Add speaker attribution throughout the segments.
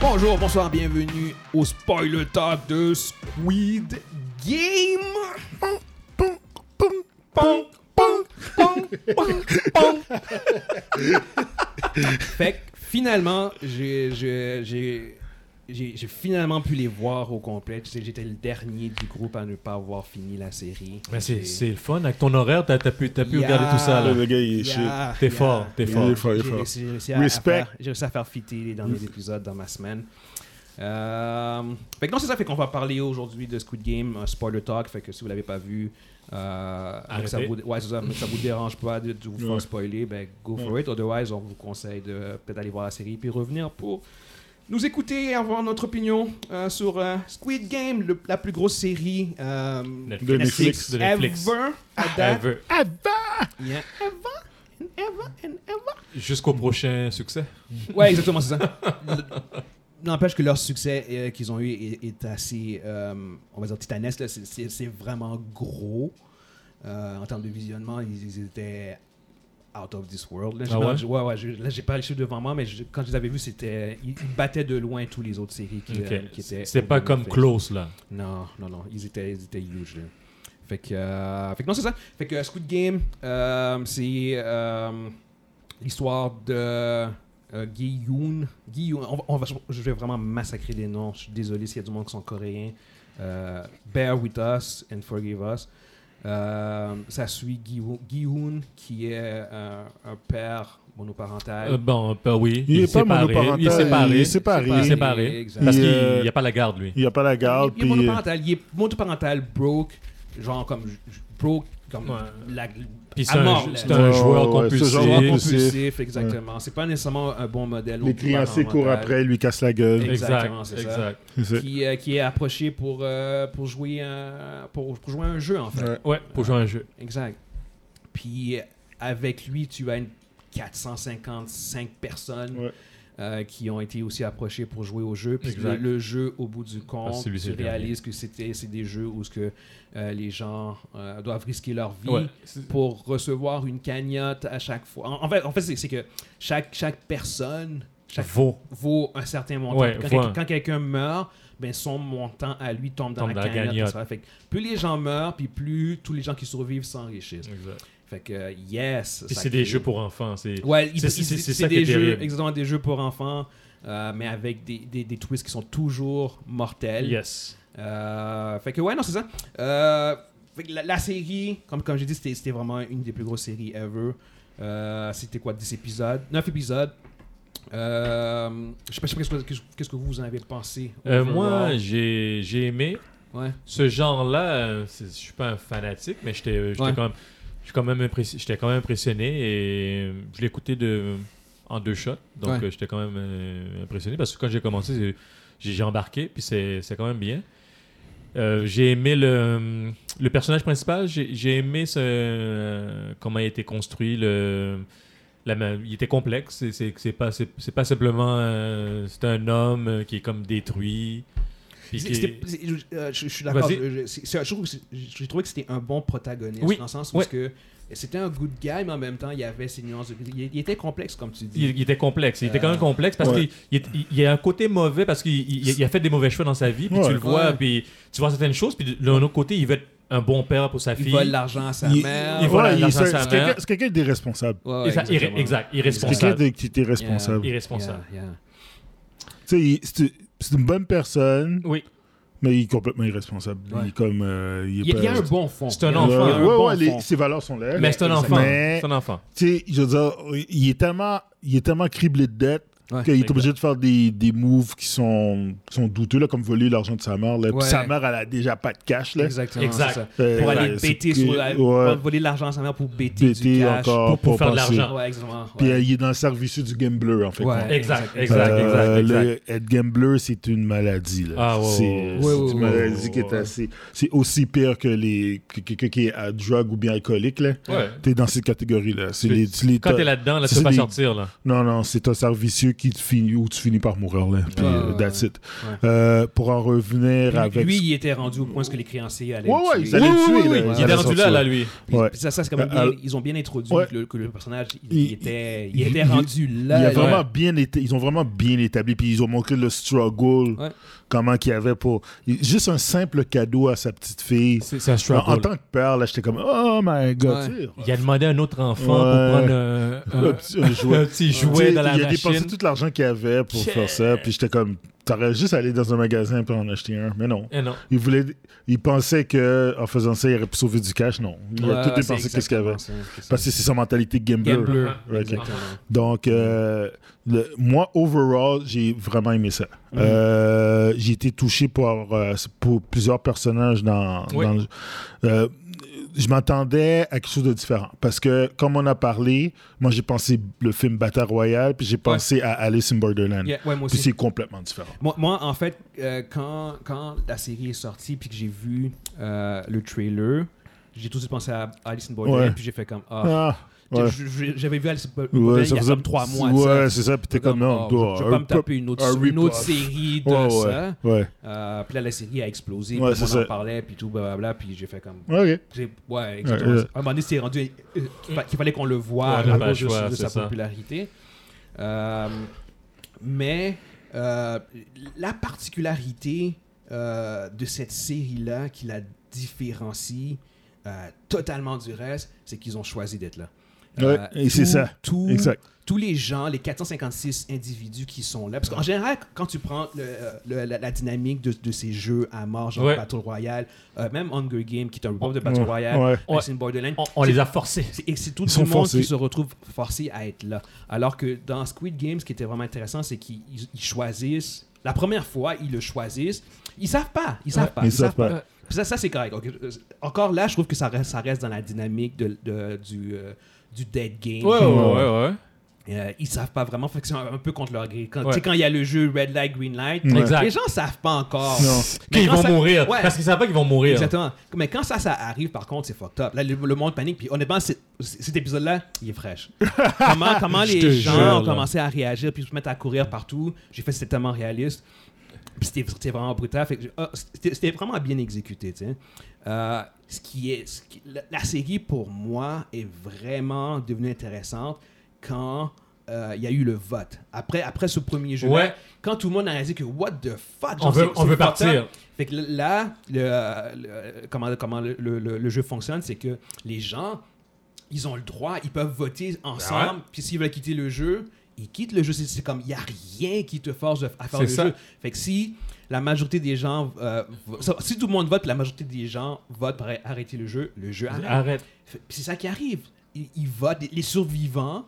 Speaker 1: Bonjour, bonsoir, bienvenue au Spoiler Talk de Squid Game. Pong, pong, pong, pong, pong. fait que finalement, j'ai- j'ai j'ai- j'ai- j'ai finalement pu les voir au complet. Tu sais, J'étais le dernier du groupe à ne pas avoir fini la série.
Speaker 2: Mais c'est,
Speaker 1: Et-
Speaker 2: c'est le fun. Avec ton horaire, t'as, t'as pu, t'as pu
Speaker 1: Yeah.
Speaker 2: regarder tout ça.
Speaker 1: Ah,
Speaker 2: Là.
Speaker 1: Ouais,
Speaker 3: le gars, il est shit.
Speaker 1: Yeah,
Speaker 2: T'es
Speaker 1: yeah.
Speaker 2: fort, t'es
Speaker 3: Il
Speaker 2: fort.
Speaker 3: est fort, il est
Speaker 1: J'ai
Speaker 3: fort.
Speaker 1: réussi- j'ai réussi à- à
Speaker 3: Respect.
Speaker 1: faire- J'ai réussi à faire fitter les derniers épisodes dans ma semaine. Euh, fait que non, c'est ça, fait qu'on va parler aujourd'hui de Squid Game, un spoiler talk. Fait que si vous l'avez pas vu, euh, mais que ça vous,
Speaker 2: Arrêtez.
Speaker 1: ouais, c'est ça, mais que ça vous dérange pas de, de vous faire
Speaker 3: Ouais.
Speaker 1: spoiler, ben go for it. Otherwise, on vous conseille de peut-être aller voir la série puis revenir pour nous écouter et avoir notre opinion euh, sur euh, Squid Game, le- la plus grosse série euh,
Speaker 3: De Netflix.
Speaker 2: de Netflix.
Speaker 1: ever à date.
Speaker 2: Ever.
Speaker 1: Yeah. Ever and ever and ever.
Speaker 2: Jusqu'au prochain succès.
Speaker 1: Ouais, exactement, c'est ça. Le- N'empêche que leur succès euh, qu'ils ont eu est, est assez, euh, on va dire, titanesque. là. C'est- C'est c'est vraiment gros. Euh, en termes de visionnement, ils, ils étaient out of this world. Là,
Speaker 2: Ah ouais?
Speaker 1: Je- ouais, ouais, je- là, j'ai pas les chiffres devant moi, mais je- quand je les avais vus, c'était, ils, ils battaient de loin tous les autres séries qui, euh,
Speaker 2: Ok.
Speaker 1: qui étaient.
Speaker 2: C'est pas comme
Speaker 1: Netflix.
Speaker 2: Close, là.
Speaker 1: Non, non, non. Ils étaient, ils étaient huge. là. Fait que, euh, fait que non, c'est ça. Fait que Squid Game, euh, c'est euh, l'histoire de euh, Gi Yoon. Gi Yoon- On, va- on va, je vais vraiment massacrer les noms. Je suis désolé s'il y a du monde qui sont coréens. Euh, bear with us and forgive us. Euh, ça suit Gi Wo- Gi Yoon, qui est euh, un père monoparental.
Speaker 2: Euh, bon, bah oui.
Speaker 3: Il est pas
Speaker 2: séparé.
Speaker 3: monoparental.
Speaker 2: Il est séparé.
Speaker 3: Il est séparé.
Speaker 2: Il est séparé.
Speaker 1: Exact.
Speaker 2: Parce
Speaker 3: Il,
Speaker 2: qu'il
Speaker 3: euh,
Speaker 2: n'y a pas la garde, lui.
Speaker 3: Il a pas la garde,
Speaker 1: Il est
Speaker 3: puis euh,
Speaker 1: monoparental. Il est monoparental, broke, genre comme j- j- broke, comme
Speaker 2: Ouais.
Speaker 1: la,
Speaker 2: Puis
Speaker 1: à
Speaker 2: c'est un,
Speaker 1: mort, là.
Speaker 2: c'est un
Speaker 3: Ouais,
Speaker 2: joueur
Speaker 3: ouais, ce
Speaker 2: compulsif.
Speaker 3: genre
Speaker 1: Genre
Speaker 3: Et-
Speaker 1: compulsif, exactement. C'est pas nécessairement un bon modèle.
Speaker 3: les clients assez courent
Speaker 1: monoparental.
Speaker 3: après, il lui casse la gueule.
Speaker 2: Exact.
Speaker 1: Exactement, c'est ça.
Speaker 2: Exact.
Speaker 3: C'est ça.
Speaker 1: hein, Qui, euh, qui est approché pour, euh, pour, jouer un, pour, pour jouer à un jeu, en fait.
Speaker 3: Ouais.
Speaker 2: Ouais, pour jouer à un jeu.
Speaker 1: Exact. Puis avec lui, tu as une 455 personnes
Speaker 3: Ouais.
Speaker 1: euh, qui ont été aussi approchées pour jouer au jeu. Puis le,
Speaker 2: Exact.
Speaker 1: le jeu, au bout du
Speaker 2: Parce
Speaker 1: compte,
Speaker 2: que celui-ci
Speaker 1: tu
Speaker 2: est le dernier.
Speaker 1: réalises que c'était c'est des jeux où ce que euh, les gens euh, doivent risquer leur vie
Speaker 2: Ouais. C'est-
Speaker 1: pour recevoir une cagnotte à chaque fois. En, en fait, en fait c'est c'est que chaque, chaque personne chaque
Speaker 2: Vaut.
Speaker 1: vaut un certain montant.
Speaker 2: Ouais,
Speaker 1: quand
Speaker 2: faut
Speaker 1: quelqu'un-
Speaker 2: un.
Speaker 1: quand quelqu'un meurt, ben son montant à lui tombe dans
Speaker 2: Tombe
Speaker 1: la
Speaker 2: dans la
Speaker 1: cagnotte.
Speaker 2: cagnotte.
Speaker 1: ça. Fait que plus les gens meurent, puis plus tous les gens qui survivent s'enrichissent.
Speaker 2: Exact.
Speaker 1: Fait que, yes.
Speaker 2: Puis
Speaker 1: ça
Speaker 2: c'est
Speaker 1: crée-
Speaker 2: des jeux pour enfants. C'est
Speaker 1: Ouais, il-
Speaker 2: c'est-
Speaker 1: il-
Speaker 2: c'est- c'est
Speaker 1: c'est
Speaker 2: ça qui
Speaker 1: des
Speaker 2: est
Speaker 1: jeux,
Speaker 2: terrible.
Speaker 1: exactement des jeux pour enfants, euh, mais avec des, des, des twists qui sont toujours mortels.
Speaker 2: Yes.
Speaker 1: Euh, fait que ouais, non, c'est ça. Euh, fait que la, la série, comme, comme j'ai dit, c'était c'était vraiment une des plus grosses séries ever. Euh, c'était quoi, 10 épisodes 9 épisodes. Euh, je sais pas, je sais pas qu'est-ce que- qu'est-ce que, qu'est-ce que vous en avez pensé.
Speaker 2: Euh,
Speaker 1: overall.
Speaker 2: moi, j'ai j'ai aimé.
Speaker 1: ouais.
Speaker 2: ce genre-là, euh, c'est- je suis pas un fanatique, mais j'étais euh, j'étais
Speaker 1: Ouais.
Speaker 2: quand même, j'étais quand même impressi- j'étais quand même impressionné et euh, je l'écoutais de en deux shots, donc
Speaker 1: Ouais.
Speaker 2: euh, j'étais quand même euh, impressionné parce que quand j'ai commencé, c'est- j'ai j'ai embarqué, puis c'est c'est quand même bien. Euh, j'ai aimé le, le personnage principal, j'ai j'ai aimé ce, euh, comment il était construit, le, la ma- il était complexe, c'est- c'est c'est pas, c'est- c'est pas simplement euh, c'est un homme euh, qui est comme détruit. puis qui
Speaker 1: C'est-
Speaker 2: est-
Speaker 1: c'était- c'est- euh, je, je suis d'accord.
Speaker 2: Vas-y.
Speaker 1: je- je- c'est- c'est- je trouve que c'est- J'ai trouvé que c'était un bon protagoniste
Speaker 2: Oui.
Speaker 1: dans le sens où
Speaker 2: Ouais.
Speaker 1: ce que c'était un good guy, mais en même temps, il y avait ses nuances. De... Il, il était complexe, comme tu dis.
Speaker 2: il, il était complexe. Il était quand même
Speaker 1: Euh,
Speaker 2: complexe parce
Speaker 3: ouais.
Speaker 2: qu'il il est- il- il a un côté mauvais parce qu'il il- il a fait des mauvais choix dans sa vie. Puis
Speaker 3: Ouais.
Speaker 2: tu le vois,
Speaker 1: Ouais.
Speaker 2: puis tu vois certaines choses. Puis d'un autre côté, il veut être un bon père pour sa
Speaker 1: Il
Speaker 2: fille.
Speaker 1: vole l'argent à sa
Speaker 3: Il-
Speaker 1: mère.
Speaker 2: il
Speaker 3: Ouais,
Speaker 2: vole
Speaker 3: il-
Speaker 2: l'argent à
Speaker 3: c'est
Speaker 2: sa
Speaker 3: c'est quelqu'un
Speaker 2: mère.
Speaker 3: c'est quelqu'un d'irresponsable.
Speaker 1: Ouais, ouais,
Speaker 2: Exact, irré-
Speaker 1: exactement.
Speaker 2: exact,
Speaker 3: C'est
Speaker 2: irresponsable.
Speaker 3: quelqu'un de- qui est irresponsable.
Speaker 2: Irresponsable.
Speaker 1: Yeah, yeah.
Speaker 3: Tu sais, il- c'est- c'est une bonne personne,
Speaker 2: Oui.
Speaker 3: mais il est complètement irresponsable. Il
Speaker 1: Ouais.
Speaker 3: est comme. euh, il est
Speaker 1: Il y, a- il y a
Speaker 3: pas-
Speaker 1: un bon fond.
Speaker 2: C'est un
Speaker 1: Il y a
Speaker 2: enfant.
Speaker 1: il y a
Speaker 3: Ouais,
Speaker 1: un
Speaker 3: ouais,
Speaker 1: bon
Speaker 3: ouais, les-
Speaker 1: fond.
Speaker 3: ses valeurs sont là.
Speaker 2: Mais c'est un
Speaker 1: Mais-
Speaker 2: enfant.
Speaker 3: Mais-
Speaker 2: C'est un enfant.
Speaker 3: Tu sais, je veux dire, il est tellement, il est tellement criblé de dettes
Speaker 1: Ouais.
Speaker 3: qu'il est
Speaker 2: Exact.
Speaker 3: obligé de faire des, des moves qui sont, qui sont douteux, là, comme voler l'argent de sa mère. là. Puis
Speaker 1: Ouais.
Speaker 3: sa mère, elle a déjà pas de cash. Là.
Speaker 1: Exactement.
Speaker 2: Exact.
Speaker 1: c'est ça.
Speaker 3: Euh,
Speaker 1: Pour
Speaker 3: ouais,
Speaker 1: aller
Speaker 3: c'est
Speaker 1: bêter
Speaker 3: que-
Speaker 1: sur la-
Speaker 3: ouais.
Speaker 1: pour voler l'argent à sa mère pour bêter du
Speaker 3: Bêter
Speaker 1: cash.
Speaker 3: encore
Speaker 2: pour- pour faire de
Speaker 3: penser.
Speaker 2: l'argent.
Speaker 1: Ouais, exactement. ouais.
Speaker 3: Puis euh, il est dans le service du gambler, en fait.
Speaker 1: Ouais.
Speaker 3: Euh,
Speaker 2: Exact, exact,
Speaker 1: Exact,
Speaker 2: exact, exact.
Speaker 3: le- être gambler, c'est une maladie. là.
Speaker 2: Ah, ouais,
Speaker 3: c'est
Speaker 2: ouais,
Speaker 3: c'est
Speaker 1: ouais,
Speaker 3: une
Speaker 1: ouais,
Speaker 3: maladie
Speaker 2: ouais,
Speaker 3: qui est
Speaker 2: ouais.
Speaker 3: assez. C'est aussi pire que les que quelqu'un qui est à drogue ou bien alcoolique. Là.
Speaker 2: Ouais.
Speaker 3: T'es dans cette catégorie-là. C'est
Speaker 2: Tu-
Speaker 3: les, tu les-
Speaker 2: Quand
Speaker 3: t'as-
Speaker 2: t'es là-dedans, là, tu
Speaker 3: c'est
Speaker 2: peux pas
Speaker 3: des-
Speaker 2: sortir. Là.
Speaker 3: Non, non, c'est un servicieux qui te finit, où tu finis par mourir, là. Puis,
Speaker 1: Ouais,
Speaker 3: euh,
Speaker 1: ouais,
Speaker 3: that's it.
Speaker 1: ouais.
Speaker 3: Euh, pour en revenir
Speaker 1: Lui,
Speaker 3: avec.
Speaker 1: lui, il était rendu au point où les créanciers allaient.
Speaker 3: Ouais,
Speaker 1: le
Speaker 3: ouais,
Speaker 1: tuer.
Speaker 3: ils allaient le tuer, là.
Speaker 1: oui,
Speaker 2: Il
Speaker 1: Ouais,
Speaker 2: est
Speaker 3: allaient
Speaker 2: rendu
Speaker 3: le
Speaker 2: là,
Speaker 3: tuer.
Speaker 2: là, lui.
Speaker 1: Puis-
Speaker 3: Ouais.
Speaker 1: puis ça, ça, c'est quand même bien-
Speaker 3: Euh,
Speaker 1: ils ont bien introduit
Speaker 3: ouais.
Speaker 1: que, le, que le personnage, il,
Speaker 3: Il-
Speaker 1: il était, il
Speaker 3: il-
Speaker 1: était
Speaker 3: il-
Speaker 1: rendu
Speaker 3: Il a
Speaker 1: là. là.
Speaker 3: vraiment bien éta- ils ont vraiment bien établi, puis ils ont montré le struggle,
Speaker 1: Ouais.
Speaker 3: comment qu'il y avait pour. il- Juste un simple cadeau à sa petite fille.
Speaker 2: C'est c'est un
Speaker 3: En, en
Speaker 2: struggle.
Speaker 3: tant que père, là, j'étais comme, oh my god,
Speaker 1: Ouais.
Speaker 3: tu sais,
Speaker 2: Il a demandé à un autre enfant pour
Speaker 3: Ouais.
Speaker 2: prendre euh, un,
Speaker 3: un petit- un jouet.
Speaker 2: un petit
Speaker 3: Tu sais,
Speaker 2: jouet dans la
Speaker 3: il a dépensé
Speaker 2: machine.
Speaker 3: tout l'argent qu'il avait pour
Speaker 2: Yeah.
Speaker 3: faire ça. Puis j'étais comme, t'aurais juste allé dans un magasin pour en acheter un. Mais non.
Speaker 2: Eh non.
Speaker 3: Il voulait, il pensait que en faisant ça, il aurait pu sauver du cash. Non. Il
Speaker 1: Ouais,
Speaker 3: a tout
Speaker 1: c'est
Speaker 3: dépensé qu'est-ce qu'il avait.
Speaker 1: exactement ça, c'est
Speaker 3: Parce
Speaker 1: ça.
Speaker 3: que c'est sa mentalité gambler.
Speaker 1: Gambler.
Speaker 3: Ouais, ok.
Speaker 1: Exactement.
Speaker 3: Donc, euh, le- moi, overall, j'ai vraiment aimé ça.
Speaker 1: Mm.
Speaker 3: Euh, j'ai été touché pour, euh, pour plusieurs personnages dans,
Speaker 2: Oui.
Speaker 3: dans le jeu. Euh, je m'attendais à quelque chose de différent. Parce que, comme on a parlé, moi, j'ai pensé le film Battle Royale, puis j'ai pensé à Alice in Borderland.
Speaker 1: Yeah, ouais, moi aussi.
Speaker 3: Puis c'est complètement différent.
Speaker 1: Moi, moi, en fait, euh, quand, quand la série est sortie puis que j'ai vu euh, le trailer, j'ai tout de suite pensé à Alice in Borderland
Speaker 3: Ouais.
Speaker 1: puis j'ai fait comme ah.
Speaker 3: Ah, ouais.
Speaker 1: J'ai- j'ai- J'avais vu Alice in
Speaker 3: Ouais,
Speaker 1: Borderland il y a
Speaker 3: faisait-
Speaker 1: comme trois mois. de ça.
Speaker 3: Ouais, c'est ça. Puis t'es comme, non,
Speaker 1: oh,
Speaker 3: toi,
Speaker 1: je, je vais pas
Speaker 3: un
Speaker 1: me taper une autre,
Speaker 3: un
Speaker 1: une autre
Speaker 3: rip-off.
Speaker 1: série de
Speaker 3: Ouais, ouais,
Speaker 1: ça.
Speaker 3: ouais.
Speaker 1: Euh, puis là, la série a explosé.
Speaker 3: Ouais,
Speaker 1: puis
Speaker 3: c'est
Speaker 1: on en
Speaker 3: ça.
Speaker 1: parlait, puis tout, blablabla. Puis j'ai fait comme.
Speaker 3: Ok.
Speaker 1: j'ai- Ouais, exactement.
Speaker 3: Ouais,
Speaker 1: ça. À un moment donné, c'est rendu euh, qu'il fa- qu'il fallait qu'on le voie
Speaker 2: Ouais,
Speaker 1: à
Speaker 2: on a pas
Speaker 1: cause
Speaker 2: le
Speaker 1: de-
Speaker 2: choix,
Speaker 1: de, sa
Speaker 2: c'est ça.
Speaker 1: popularité. Euh, mais euh, la particularité euh, de cette série-là qui la différencie euh, totalement du reste, c'est qu'ils ont choisi d'être là. Euh,
Speaker 3: Ouais, et c'est
Speaker 1: tout-
Speaker 3: ça.
Speaker 1: tout-
Speaker 3: Exact.
Speaker 1: tous les gens, les 456 individus qui sont là. Parce qu'en général, quand tu prends le- euh, le- la, la dynamique de, de ces jeux à mort, genre
Speaker 2: Ouais.
Speaker 1: Battle Royale, euh, même Hunger Games, qui est un rip de Battle Royale, euh,
Speaker 3: Ouais.
Speaker 1: Alice in Borderland,
Speaker 2: On, on les a forcés.
Speaker 1: c'est- Et c'est tout
Speaker 3: Ils sont
Speaker 1: le monde
Speaker 3: forcés.
Speaker 1: qui se retrouve forcé à être là. Alors que dans Squid Game, ce qui était vraiment intéressant, c'est qu'ils ils- ils choisissent. La première fois, ils le choisissent. Ils savent pas. Ils savent pas.
Speaker 3: ils savent pas.
Speaker 1: Puis Ça, ça c'est correct. ok. Euh, Encore là, je trouve que ça reste, ça reste dans la dynamique de, de- du, euh, du dead game.
Speaker 2: Ouais, ouais, ouais. ouais.
Speaker 1: Euh, ils savent pas vraiment, fait que c'est un, un peu contre leur gré. Quand, tu
Speaker 2: Ouais. Mm.
Speaker 1: sais, quand il y a le jeu Red Light, Green Light,
Speaker 3: Ouais.
Speaker 2: Exact.
Speaker 1: les gens savent pas encore.
Speaker 3: Non.
Speaker 1: Mais
Speaker 2: Qu'ils
Speaker 1: quand
Speaker 2: vont
Speaker 1: ça-
Speaker 2: mourir.
Speaker 1: Ouais.
Speaker 2: Parce qu'ils savent pas qu'ils vont mourir.
Speaker 1: Exactement. Mais quand ça, ça arrive, par contre, c'est fucked up. Là, le, le monde panique. Puis honnêtement, c'est- c'est- cet épisode-là, il est fraîche. comment comment
Speaker 2: Je te
Speaker 1: les gens
Speaker 2: jure,
Speaker 1: ont
Speaker 2: là.
Speaker 1: commencé à réagir puis se mettre à courir partout. J'ai fait, c'était tellement réaliste. Puis c'était c'était vraiment brutal. Fait que j'ai- ah, c'était c'était vraiment bien exécuté. tu sais. Euh, ce qui est, ce qui- la, la série, pour moi, est vraiment devenue intéressante quand euh, il y a eu le vote. Après, après ce premier jeu
Speaker 2: Ouais.
Speaker 1: quand tout le monde a réalisé que what the fuck,
Speaker 2: On
Speaker 1: genre,
Speaker 2: veut-
Speaker 1: c'est- c'est
Speaker 2: on veut
Speaker 1: fucked
Speaker 2: partir.
Speaker 1: up. Fait que là, le, le- comment, comment le, le- le- le jeu fonctionne, c'est que les gens, ils ont le droit, ils peuvent voter
Speaker 2: Ah
Speaker 1: ensemble, puis s'ils veulent quitter le jeu, ils quittent le jeu. C'est- C'est comme, il n'y a rien qui te force de- à faire
Speaker 2: C'est
Speaker 1: le
Speaker 2: ça.
Speaker 1: jeu. Fait que si la majorité des gens, euh, vo- ça- si tout le monde vote, la majorité des gens votent pour arrêter le jeu, le
Speaker 2: Ah,
Speaker 1: jeu arrête.
Speaker 2: Arrête.
Speaker 1: Fait- puis c'est ça qui arrive. Ils, ils votent, les survivants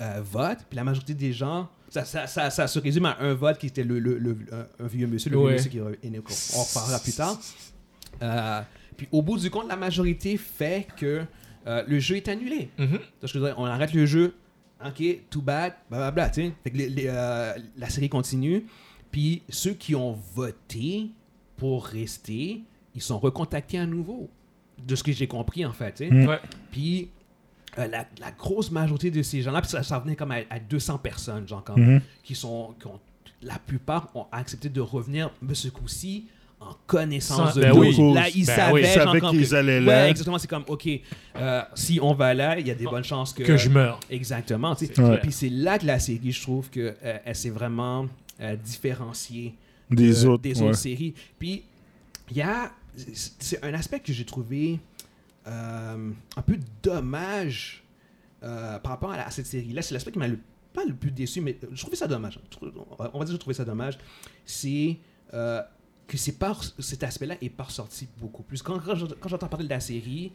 Speaker 1: euh, votent, puis la majorité des gens. Ça, ça, ça, ça se résume à un vote qui était le, le- le- un, un vieux monsieur, le
Speaker 2: Ouais.
Speaker 1: vieux monsieur qui re- est- qu'on- on reparlera plus tard. Euh, puis au bout du compte, la majorité fait que euh, le jeu est annulé.
Speaker 2: Mhm.
Speaker 1: Parce que je veux dire, on arrête le jeu, ok, tout bad, blablabla, tu sais. Fait que les- les, euh, la série continue, puis ceux qui ont voté pour rester, ils sont recontactés à nouveau. De ce que j'ai compris, en fait, tu sais.
Speaker 2: Mm. Ouais.
Speaker 1: Puis euh, la, la grosse majorité de ces gens-là, puis ça, ça venait comme à, à 200 personnes, genre,
Speaker 2: Mm.
Speaker 1: quand,
Speaker 3: Mhm.
Speaker 1: qui sont. qui ont- la plupart ont accepté de revenir, mais ce coup-ci, en connaissance
Speaker 2: Sans-
Speaker 1: de
Speaker 2: ben
Speaker 1: cause.
Speaker 3: oui.
Speaker 1: Là, ils
Speaker 2: Ben
Speaker 1: savaient,
Speaker 2: oui.
Speaker 3: Ils savaient
Speaker 1: genre, comme
Speaker 3: qu'ils
Speaker 1: que-
Speaker 3: allaient
Speaker 1: Ouais,
Speaker 3: là.
Speaker 1: exactement. C'est comme, OK, euh, si on va là, il y a des bonnes chances que.
Speaker 2: Que je meurs.
Speaker 1: Exactement. tu sais.
Speaker 3: Ouais.
Speaker 1: Puis c'est là que la série, je trouve que euh, elle s'est vraiment euh, différenciée
Speaker 3: Des
Speaker 1: euh,
Speaker 3: autres.
Speaker 1: des
Speaker 3: ouais.
Speaker 1: autres séries. Puis, il y a. c'est- C'est un aspect que j'ai trouvé euh, un peu dommage euh, par rapport à, la- à cette série-là. C'est l'aspect qui m'a le, pas le plus déçu, mais euh, je trouvais ça dommage. Je trou- On va dire que je trouvais ça dommage. C'est. euh, que c'est pas, cet aspect-là est pas ressorti beaucoup plus. Quand, quand j'ent- quand j'entends parler de la série,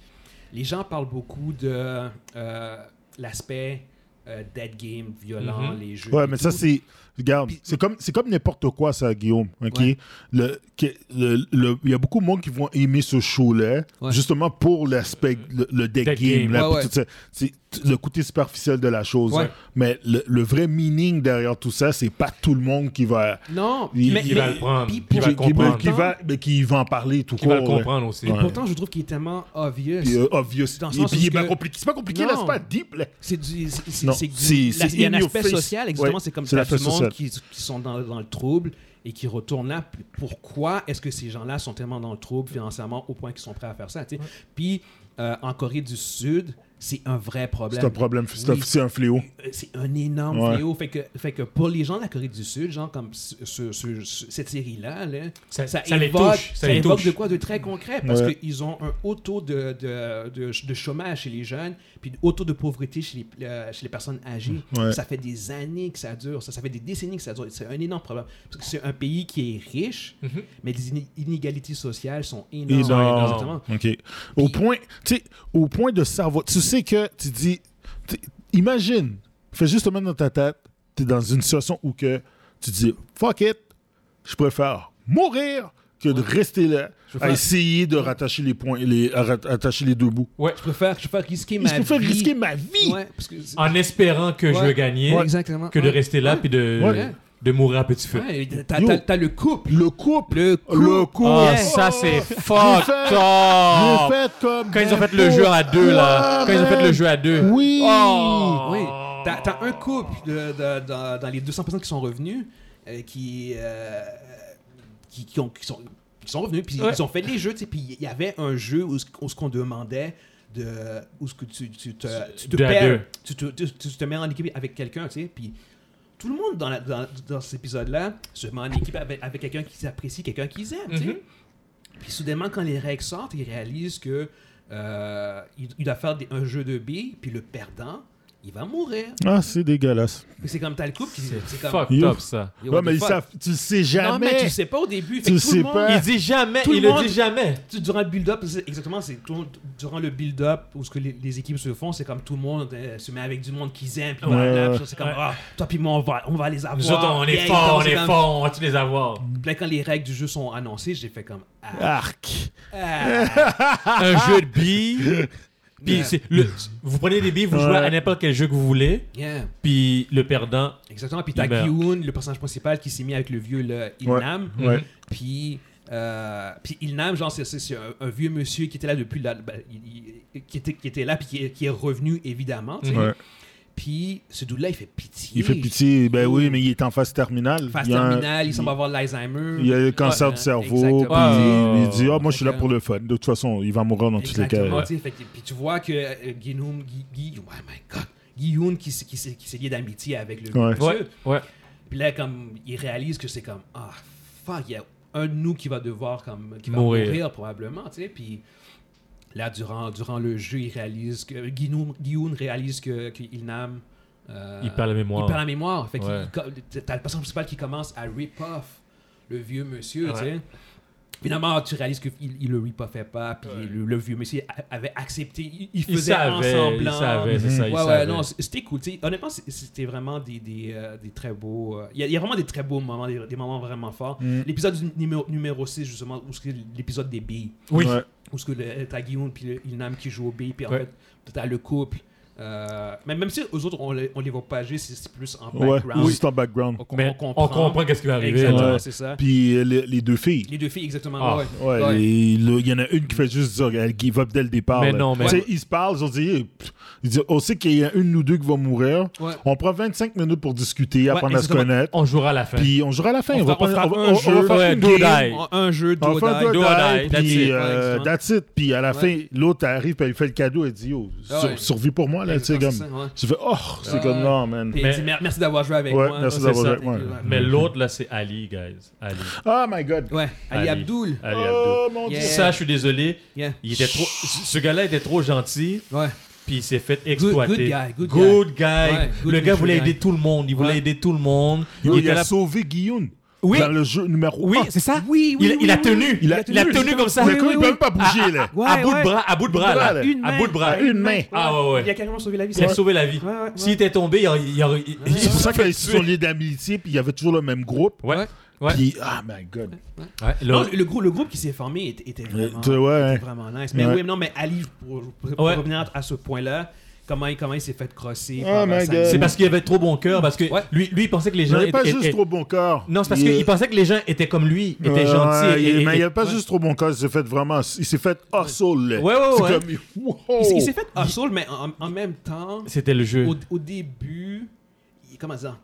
Speaker 1: les gens parlent beaucoup de euh, l'aspect euh, dead game, violent,
Speaker 2: Mhm.
Speaker 1: les jeux.
Speaker 3: Ouais,
Speaker 1: et
Speaker 3: mais ça,
Speaker 1: tout.
Speaker 3: c'est. Regarde,
Speaker 1: Puis-
Speaker 3: c'est comme, c'est comme n'importe quoi, ça, Guillaume. OK?
Speaker 1: Ouais.
Speaker 3: Le, que- le- le- il y a beaucoup de monde qui vont aimer ce show-là,
Speaker 1: Ouais.
Speaker 3: justement pour l'aspect, le, le deck,
Speaker 2: Deck
Speaker 3: game,
Speaker 2: game.
Speaker 3: là,
Speaker 1: Ouais,
Speaker 3: puis tout ça. C'est t- le côté superficiel de la chose.
Speaker 1: Ouais.
Speaker 3: hein. Mais le, le vrai meaning derrière tout ça, c'est pas tout le monde qui va.
Speaker 1: Non,
Speaker 3: Il-
Speaker 1: mais,
Speaker 2: Qui va le prendre.
Speaker 1: puis
Speaker 2: Qui va le
Speaker 1: pour-
Speaker 2: comprendre.
Speaker 3: qui va, mais qui va en parler tout
Speaker 2: Qui va le
Speaker 3: court, là.
Speaker 2: comprendre aussi.
Speaker 1: Et
Speaker 3: Ouais.
Speaker 1: pourtant, je trouve qu'il est tellement obvious.
Speaker 3: Puis, euh, obvious.
Speaker 1: Dans le
Speaker 3: Et
Speaker 1: sens
Speaker 3: puis,
Speaker 1: où
Speaker 3: il est
Speaker 1: que-
Speaker 3: pas compliqué. C'est pas compliqué, là,
Speaker 1: Non.
Speaker 3: c'est pas deep, là.
Speaker 1: C'est du. c'est- c'est-
Speaker 3: Non,
Speaker 1: c'est que du-
Speaker 3: c'est-
Speaker 1: la-
Speaker 3: c'est
Speaker 1: il y a un
Speaker 3: in your
Speaker 1: aspect
Speaker 3: face.
Speaker 1: social, exactement.
Speaker 3: Ouais,
Speaker 1: c'est comme
Speaker 3: c'est
Speaker 1: ça,
Speaker 3: l'aspect
Speaker 1: du monde
Speaker 3: social.
Speaker 1: qui, qui sont dans, dans le trouble et qui retournent là. Puis Pourquoi est-ce que ces gens-là sont tellement dans le trouble financièrement au point qu'ils sont prêts à faire ça tu sais? Puis euh, en Corée du Sud, c'est un vrai problème.
Speaker 3: C'est un problème, c'est un-
Speaker 1: Oui.
Speaker 3: c'est un fléau.
Speaker 1: Euh, c'est un énorme
Speaker 3: Ouais.
Speaker 1: fléau. Fait que, fait que pour les gens de la Corée du Sud, genre comme ce- ce- ce- ce- cette série-là, là,
Speaker 2: Ça-
Speaker 1: ça,
Speaker 2: ça les
Speaker 1: évoque,
Speaker 2: touche, ça
Speaker 1: ça
Speaker 2: les
Speaker 1: évoque
Speaker 2: touche.
Speaker 1: de quoi de très concret parce
Speaker 3: Ouais.
Speaker 1: qu'ils ont un haut taux de, de, de- de chômage chez les jeunes, puis un haut taux de pauvreté chez les, euh, chez les personnes âgées.
Speaker 3: Ouais.
Speaker 1: Ça fait des années que ça dure, ça, ça fait des décennies que ça dure. C'est un énorme problème. Parce que c'est un pays qui est riche,
Speaker 2: Mhm.
Speaker 1: mais les ini- inégalités sociales sont énormes.
Speaker 3: Énorme.
Speaker 1: Exactement.
Speaker 3: OK. Au point, tu sais, au point de savoir, tu sais que tu dis, tu- imagine, fais juste te mettre dans ta tête, tu es dans une situation où que tu dis, fuck it, je préfère mourir que de rester là
Speaker 1: Je
Speaker 3: à
Speaker 1: préfère-
Speaker 3: essayer de rattacher les points, les, à ra- attacher les deux bouts.
Speaker 2: Ouais.
Speaker 1: Je préfère, je préfère risquer
Speaker 3: Je
Speaker 1: ma vie.
Speaker 3: préfère risquer ma vie.
Speaker 1: Ouais, parce que c'est-
Speaker 2: En espérant que je
Speaker 1: Ouais.
Speaker 2: vais gagner
Speaker 1: Ouais, exactement.
Speaker 2: que de
Speaker 1: Ouais.
Speaker 2: rester là
Speaker 1: Ouais.
Speaker 2: puis de,
Speaker 3: Ouais.
Speaker 2: de mourir à petit feu.
Speaker 1: Ouais, t'as,
Speaker 3: Yo.
Speaker 1: t'as- t'as le couple.
Speaker 3: Le couple.
Speaker 1: Le couple.
Speaker 3: Le couple.
Speaker 2: Ah,
Speaker 1: Ouais.
Speaker 2: ça c'est
Speaker 3: J'ai
Speaker 2: fucked
Speaker 3: fait-
Speaker 2: up!
Speaker 3: J'ai fait comme
Speaker 2: Quand ils ont fait
Speaker 3: Beppo.
Speaker 2: le jeu à deux, là.
Speaker 3: Ouais,
Speaker 2: Quand ils ont fait le
Speaker 3: man.
Speaker 2: jeu à deux.
Speaker 3: Oui.
Speaker 2: Oh.
Speaker 1: Oui. T'as, t'as un couple de- de- dans, dans les 200 personnes qui sont revenus euh, qui, euh, qui, qui ont- qui sont, qui sont revenus, puis
Speaker 2: Ouais.
Speaker 1: ils ont fait les jeux, tu sais, puis il y avait un jeu où, ce- où ce qu'on demandait de où ce que tu, tu te, tu te
Speaker 2: Deux à deux.
Speaker 1: perds, tu te, tu- tu te mets en équipe avec quelqu'un, tu sais, puis tout le monde dans, la- dans, dans cet épisode-là se met en équipe avec, avec quelqu'un qu'ils apprécient, quelqu'un qu'ils aiment, tu
Speaker 2: Mhm.
Speaker 1: sais. Puis soudainement, quand les règles sortent, ils réalisent que euh, il, il doit faire des- un jeu de billes, puis le perdant, il va mourir.
Speaker 3: Ah, c'est dégueulasse.
Speaker 1: Puis C'est comme t'as le couple, qui c'est comme...
Speaker 2: Fucked
Speaker 3: Yo.
Speaker 2: up ça.
Speaker 1: Yo,
Speaker 3: Ouais,
Speaker 1: what
Speaker 3: mais
Speaker 1: the
Speaker 3: ils
Speaker 1: fuck?
Speaker 3: savent, tu le sais jamais.
Speaker 1: Non, mais tu le sais pas au début. Fait
Speaker 3: Tu
Speaker 1: que
Speaker 3: le
Speaker 1: tout
Speaker 3: sais
Speaker 1: le monde,
Speaker 3: pas.
Speaker 2: Il dit jamais,
Speaker 1: Tout
Speaker 2: il
Speaker 1: le
Speaker 2: le
Speaker 1: monde-
Speaker 2: dit jamais.
Speaker 1: tu- durant le build-up, c'est- exactement, c'est tout- durant le build-up où ce que les, les équipes se font, c'est comme tout le monde euh, se met avec du monde qu'ils aiment, puis
Speaker 3: Ouais,
Speaker 1: blablabla,
Speaker 3: ouais.
Speaker 1: puis c'est comme
Speaker 2: Ouais.
Speaker 1: ah, toi puis moi on va, on va les avoir.
Speaker 2: Nous autres, on
Speaker 1: Yeah,
Speaker 2: est
Speaker 1: et
Speaker 2: fort,
Speaker 1: donc,
Speaker 2: on
Speaker 1: c'est
Speaker 2: est
Speaker 1: comme-
Speaker 2: fort, on va tous les avoir.
Speaker 1: Puis là, quand les règles du jeu sont annoncées, j'ai fait comme ah,
Speaker 3: Arc.
Speaker 1: ah.
Speaker 2: un jeu de billes. Puis
Speaker 1: Yeah.
Speaker 2: c'est le- vous prenez des billes, vous jouez à
Speaker 3: Ouais.
Speaker 2: n'importe quel jeu que vous voulez.
Speaker 1: Yeah.
Speaker 2: Puis le perdant,
Speaker 1: Exactement. Puis t'as
Speaker 2: Il meurt.
Speaker 1: Gi-Hoon, le personnage principal qui s'est mis avec le vieux le
Speaker 3: Ouais.
Speaker 1: Ilnam.
Speaker 3: Ouais.
Speaker 1: Puis, euh, puis Ilnam, genre, c'est- c'est c'est un, un vieux monsieur qui était là depuis. La, ben, il- il- qui, était, qui était là, puis qui est, qui est revenu, évidemment. tu
Speaker 2: Mhm.
Speaker 1: sais.
Speaker 3: Ouais.
Speaker 1: Puis ce dude-là, il fait pitié.
Speaker 3: Il fait pitié. Ben oui, mais il est en phase terminale.
Speaker 1: Phase
Speaker 3: Il y a un-
Speaker 1: terminale, il semble avoir de l'Alzheimer.
Speaker 3: Il a le cancer
Speaker 1: Ouais,
Speaker 3: du cerveau.
Speaker 1: exactement.
Speaker 3: Puis il,
Speaker 2: Ouais.
Speaker 3: il dit Ah, moi, je suis là
Speaker 1: Donc,
Speaker 3: pour le fun. De toute façon, il va mourir dans tous les cas.
Speaker 1: Exactement, tu sais, fait que- puis tu vois que euh, Guinoum- Gui- Gui- oh my God, Guiyoun qui, s'est- qui, s'est- qui s'est lié d'amitié avec le
Speaker 3: Ouais.
Speaker 1: monsieur.
Speaker 2: ouais, ouais.
Speaker 1: Puis là, comme, il réalise que c'est comme, ah, fuck, il y a un de nous qui va devoir, comme, qui va
Speaker 2: Mourir.
Speaker 1: mourir, probablement, tu sais. Puis là, durant, durant le jeu, il réalise que, Guinoun Guinoun réalise que, que Ilnam, euh,
Speaker 2: il perd la mémoire.
Speaker 1: il perd la mémoire. Fait que
Speaker 2: Ouais.
Speaker 1: il co- t'as le personnage principal qui commence à rip-off le vieux monsieur, tu
Speaker 2: Ouais.
Speaker 1: sais. Finalement, tu réalises qu'il il le rip-offait pas, puis le, le vieux monsieur a- avait accepté, il, il
Speaker 2: il
Speaker 1: faisait
Speaker 2: savait,
Speaker 1: semblant.
Speaker 2: il savait, c'est ça, il
Speaker 1: Ouais, ouais,
Speaker 2: savait.
Speaker 1: non, c- c'était cool. tu sais. Honnêtement, c- c'était vraiment des, des, euh, des très beaux. euh, Il y, a- il y a vraiment des très beaux moments, des, des moments vraiment forts.
Speaker 3: Mm.
Speaker 1: L'épisode du numéro, numéro 6, justement, où c'est l'épisode des billes,
Speaker 2: oui,
Speaker 3: Ouais.
Speaker 1: où ce que le- t'as Guillaume puis le- Ilnam qui joue aux billes, puis en
Speaker 2: Ouais.
Speaker 1: fait, t'as le couple. euh, mais même si aux autres, on les, on les voit pas jouer, c'est c'est plus en
Speaker 3: Ouais,
Speaker 1: background.
Speaker 3: juste en background.
Speaker 1: On, com-
Speaker 2: mais
Speaker 1: on comprend.
Speaker 2: qu'est-ce qui va arriver.
Speaker 1: Exactement,
Speaker 2: là.
Speaker 1: c'est ça.
Speaker 3: Puis euh, les, les deux filles.
Speaker 1: Les deux filles, exactement.
Speaker 2: Ah,
Speaker 1: ouais.
Speaker 3: Ouais,
Speaker 1: Ouais.
Speaker 3: les- le- il y en a une qui fait juste dire elle give up dès le départ.
Speaker 2: Mais
Speaker 3: là.
Speaker 2: non, mais-
Speaker 3: Tu sais, Ils se parlent, ils ont dit, eh, pff, ils disent, on sait qu'il y a une ou deux qui vont mourir.
Speaker 1: Ouais.
Speaker 3: On prend 25 minutes pour discuter, apprendre à se
Speaker 1: exactement.
Speaker 3: connaître.
Speaker 2: On jouera à la fin.
Speaker 3: Puis on jouera à la fin.
Speaker 1: On
Speaker 3: On, va
Speaker 1: fera- on
Speaker 3: prendre-
Speaker 1: fera
Speaker 3: on va-
Speaker 1: un
Speaker 3: on va
Speaker 1: jeu,
Speaker 3: faire
Speaker 2: ouais,
Speaker 3: une
Speaker 2: do or
Speaker 3: game.
Speaker 2: die.
Speaker 1: Un jeu, do or
Speaker 3: Enfin,
Speaker 1: die.
Speaker 2: do or die, that's
Speaker 3: Puis,
Speaker 2: it.
Speaker 3: euh,
Speaker 1: Ouais,
Speaker 3: that's it. Puis à la
Speaker 1: Ouais.
Speaker 3: fin, l'autre arrive, puis il fait le cadeau, il dit, yo,
Speaker 1: Ah
Speaker 3: sur-
Speaker 1: ouais.
Speaker 3: survie pour moi, là, tu sais,
Speaker 1: Exactement,
Speaker 3: comme.
Speaker 1: c'est ça, ouais.
Speaker 3: Je fais, oh, c'est
Speaker 1: Ouais.
Speaker 3: comme non, man.
Speaker 1: Puis
Speaker 2: Mais-
Speaker 1: il dit, Mer- merci d'avoir joué avec
Speaker 3: Ouais,
Speaker 1: moi.
Speaker 3: merci
Speaker 1: Ouais,
Speaker 3: d'avoir
Speaker 1: c'est
Speaker 3: joué avec
Speaker 1: ça.
Speaker 3: moi.
Speaker 2: Mais l'autre, là, c'est Ali, guys. Ali.
Speaker 3: Oh my god.
Speaker 1: Ouais, Ali,
Speaker 2: Ali.
Speaker 1: Abdoul.
Speaker 2: Ali
Speaker 3: oh mon
Speaker 1: Yeah.
Speaker 3: dieu.
Speaker 2: Ça, je suis désolé.
Speaker 1: Yeah.
Speaker 2: Il était trop... Ce ce gars-là était trop gentil.
Speaker 1: Ouais.
Speaker 2: Puis il s'est fait exploiter.
Speaker 1: good guy, good
Speaker 2: guy.
Speaker 1: Ouais, good
Speaker 2: le gars voulait
Speaker 1: guy.
Speaker 2: aider tout le monde. Il voulait
Speaker 1: Ouais.
Speaker 2: aider tout le monde.
Speaker 3: Yo, il,
Speaker 2: était
Speaker 3: a
Speaker 2: là-
Speaker 3: sauvé Guillaume
Speaker 2: Oui.
Speaker 3: dans le jeu numéro
Speaker 2: Oui,
Speaker 3: 1.
Speaker 2: c'est ça.
Speaker 1: Ah, Oui, oui, oui,
Speaker 2: il, il a
Speaker 1: oui,
Speaker 2: tenu.
Speaker 3: Il a
Speaker 2: Il a tenu comme ça. Ah,
Speaker 3: Mais quand il peut même pas bouger,
Speaker 2: À- à-
Speaker 3: là.
Speaker 2: à
Speaker 1: Ouais,
Speaker 2: bout de
Speaker 1: ouais.
Speaker 2: bras, à bout de bras, là.
Speaker 3: Bras, là.
Speaker 1: Une
Speaker 2: à
Speaker 1: main.
Speaker 2: bout de bras.
Speaker 3: À une main.
Speaker 2: Ah ouais, ouais.
Speaker 1: Il a carrément sauvé la vie.
Speaker 2: Il a
Speaker 1: Ouais.
Speaker 2: sauvé la vie.
Speaker 1: Ouais, ouais,
Speaker 2: S'il était tombé, il aurait- il aurait. il- il-
Speaker 3: C'est pour ça
Speaker 2: il aurait
Speaker 3: qu'ils
Speaker 2: fait
Speaker 3: se
Speaker 2: tuer.
Speaker 3: sont liés d'amitié, puis il y avait toujours le même groupe.
Speaker 2: Ouais. Ouais.
Speaker 3: Puis, ah my god.
Speaker 2: Ouais, là-
Speaker 1: Non, le, grou- le groupe qui s'est formé était, était
Speaker 3: Euh,
Speaker 1: vraiment,
Speaker 3: tu- ouais, hein.
Speaker 1: était vraiment nice. Mais
Speaker 3: Ouais.
Speaker 1: oui, non, mais Ali, pour, pour- pour
Speaker 2: Ouais.
Speaker 1: revenir à ce point-là, comment, il- comment il s'est fait crosser.
Speaker 3: Oh
Speaker 1: par,
Speaker 3: my
Speaker 1: euh,
Speaker 3: God.
Speaker 1: Samuel.
Speaker 2: C'est parce qu'il avait trop bon cœur, parce que
Speaker 1: Ouais.
Speaker 2: lui, lui, il pensait que les
Speaker 3: Il
Speaker 2: gens
Speaker 3: avait pas
Speaker 2: étaient-
Speaker 3: juste
Speaker 2: étaient-
Speaker 3: trop bon euh, cœur.
Speaker 2: Non, c'est parce
Speaker 3: Il-
Speaker 2: qu'il pensait que les gens étaient comme lui, étaient
Speaker 3: Ouais,
Speaker 2: gentils.
Speaker 3: ouais,
Speaker 2: et-
Speaker 3: il-
Speaker 2: et-
Speaker 3: mais il n'y a
Speaker 2: et-
Speaker 3: pas juste trop bon cœur, il s'est fait vraiment. Il s'est fait hustle. là.
Speaker 2: Ouais, ouais,
Speaker 3: C'est
Speaker 2: ouais.
Speaker 3: comme. wow.
Speaker 1: Il, s- il s'est fait
Speaker 2: Oh.
Speaker 1: hustle, mais en, en même temps,
Speaker 2: C'était le jeu.
Speaker 1: au, au début, il- comment ça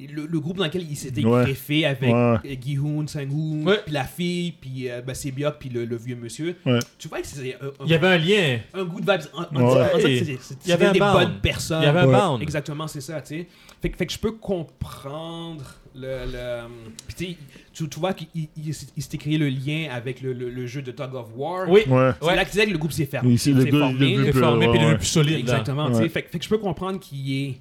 Speaker 1: le, le groupe dans lequel il s'était
Speaker 3: Ouais.
Speaker 1: greffé avec
Speaker 3: Ouais.
Speaker 1: euh, Gi Hoon, Sang Hoon,
Speaker 2: Ouais.
Speaker 1: puis la fille, puis euh, ben, Sebiok, puis le, le vieux monsieur,
Speaker 3: Ouais.
Speaker 1: tu vois que c'est un, un-
Speaker 2: Il y avait un lien.
Speaker 1: un goût de vibes. On, on
Speaker 3: Ouais.
Speaker 1: dirait- on dirait que c'est- c'est-
Speaker 2: Il y avait
Speaker 1: c'était des
Speaker 2: un bound.
Speaker 1: bonnes personnes.
Speaker 2: Il y avait un
Speaker 3: Ouais.
Speaker 2: bound.
Speaker 1: Exactement, c'est ça, tu sais. Fait, que- fait que je peux comprendre le. le- puis tu sais, tu, tu vois qu'il il- il s- il s'était créé le lien avec le, le- le jeu de Tug of War.
Speaker 2: Oui.
Speaker 3: Ouais.
Speaker 1: C'est là que tu disais que le groupe s'est fermé.
Speaker 3: Oui, c'est le
Speaker 1: s'est
Speaker 3: gars,
Speaker 1: formé.
Speaker 3: le
Speaker 2: Il est
Speaker 3: plus-
Speaker 2: formé
Speaker 3: ouais,
Speaker 2: puis il est
Speaker 3: ouais.
Speaker 2: le plus solide. là.
Speaker 1: Exactement, tu sais.
Speaker 3: Ouais.
Speaker 1: Fait, que- fait que je peux comprendre qu'il est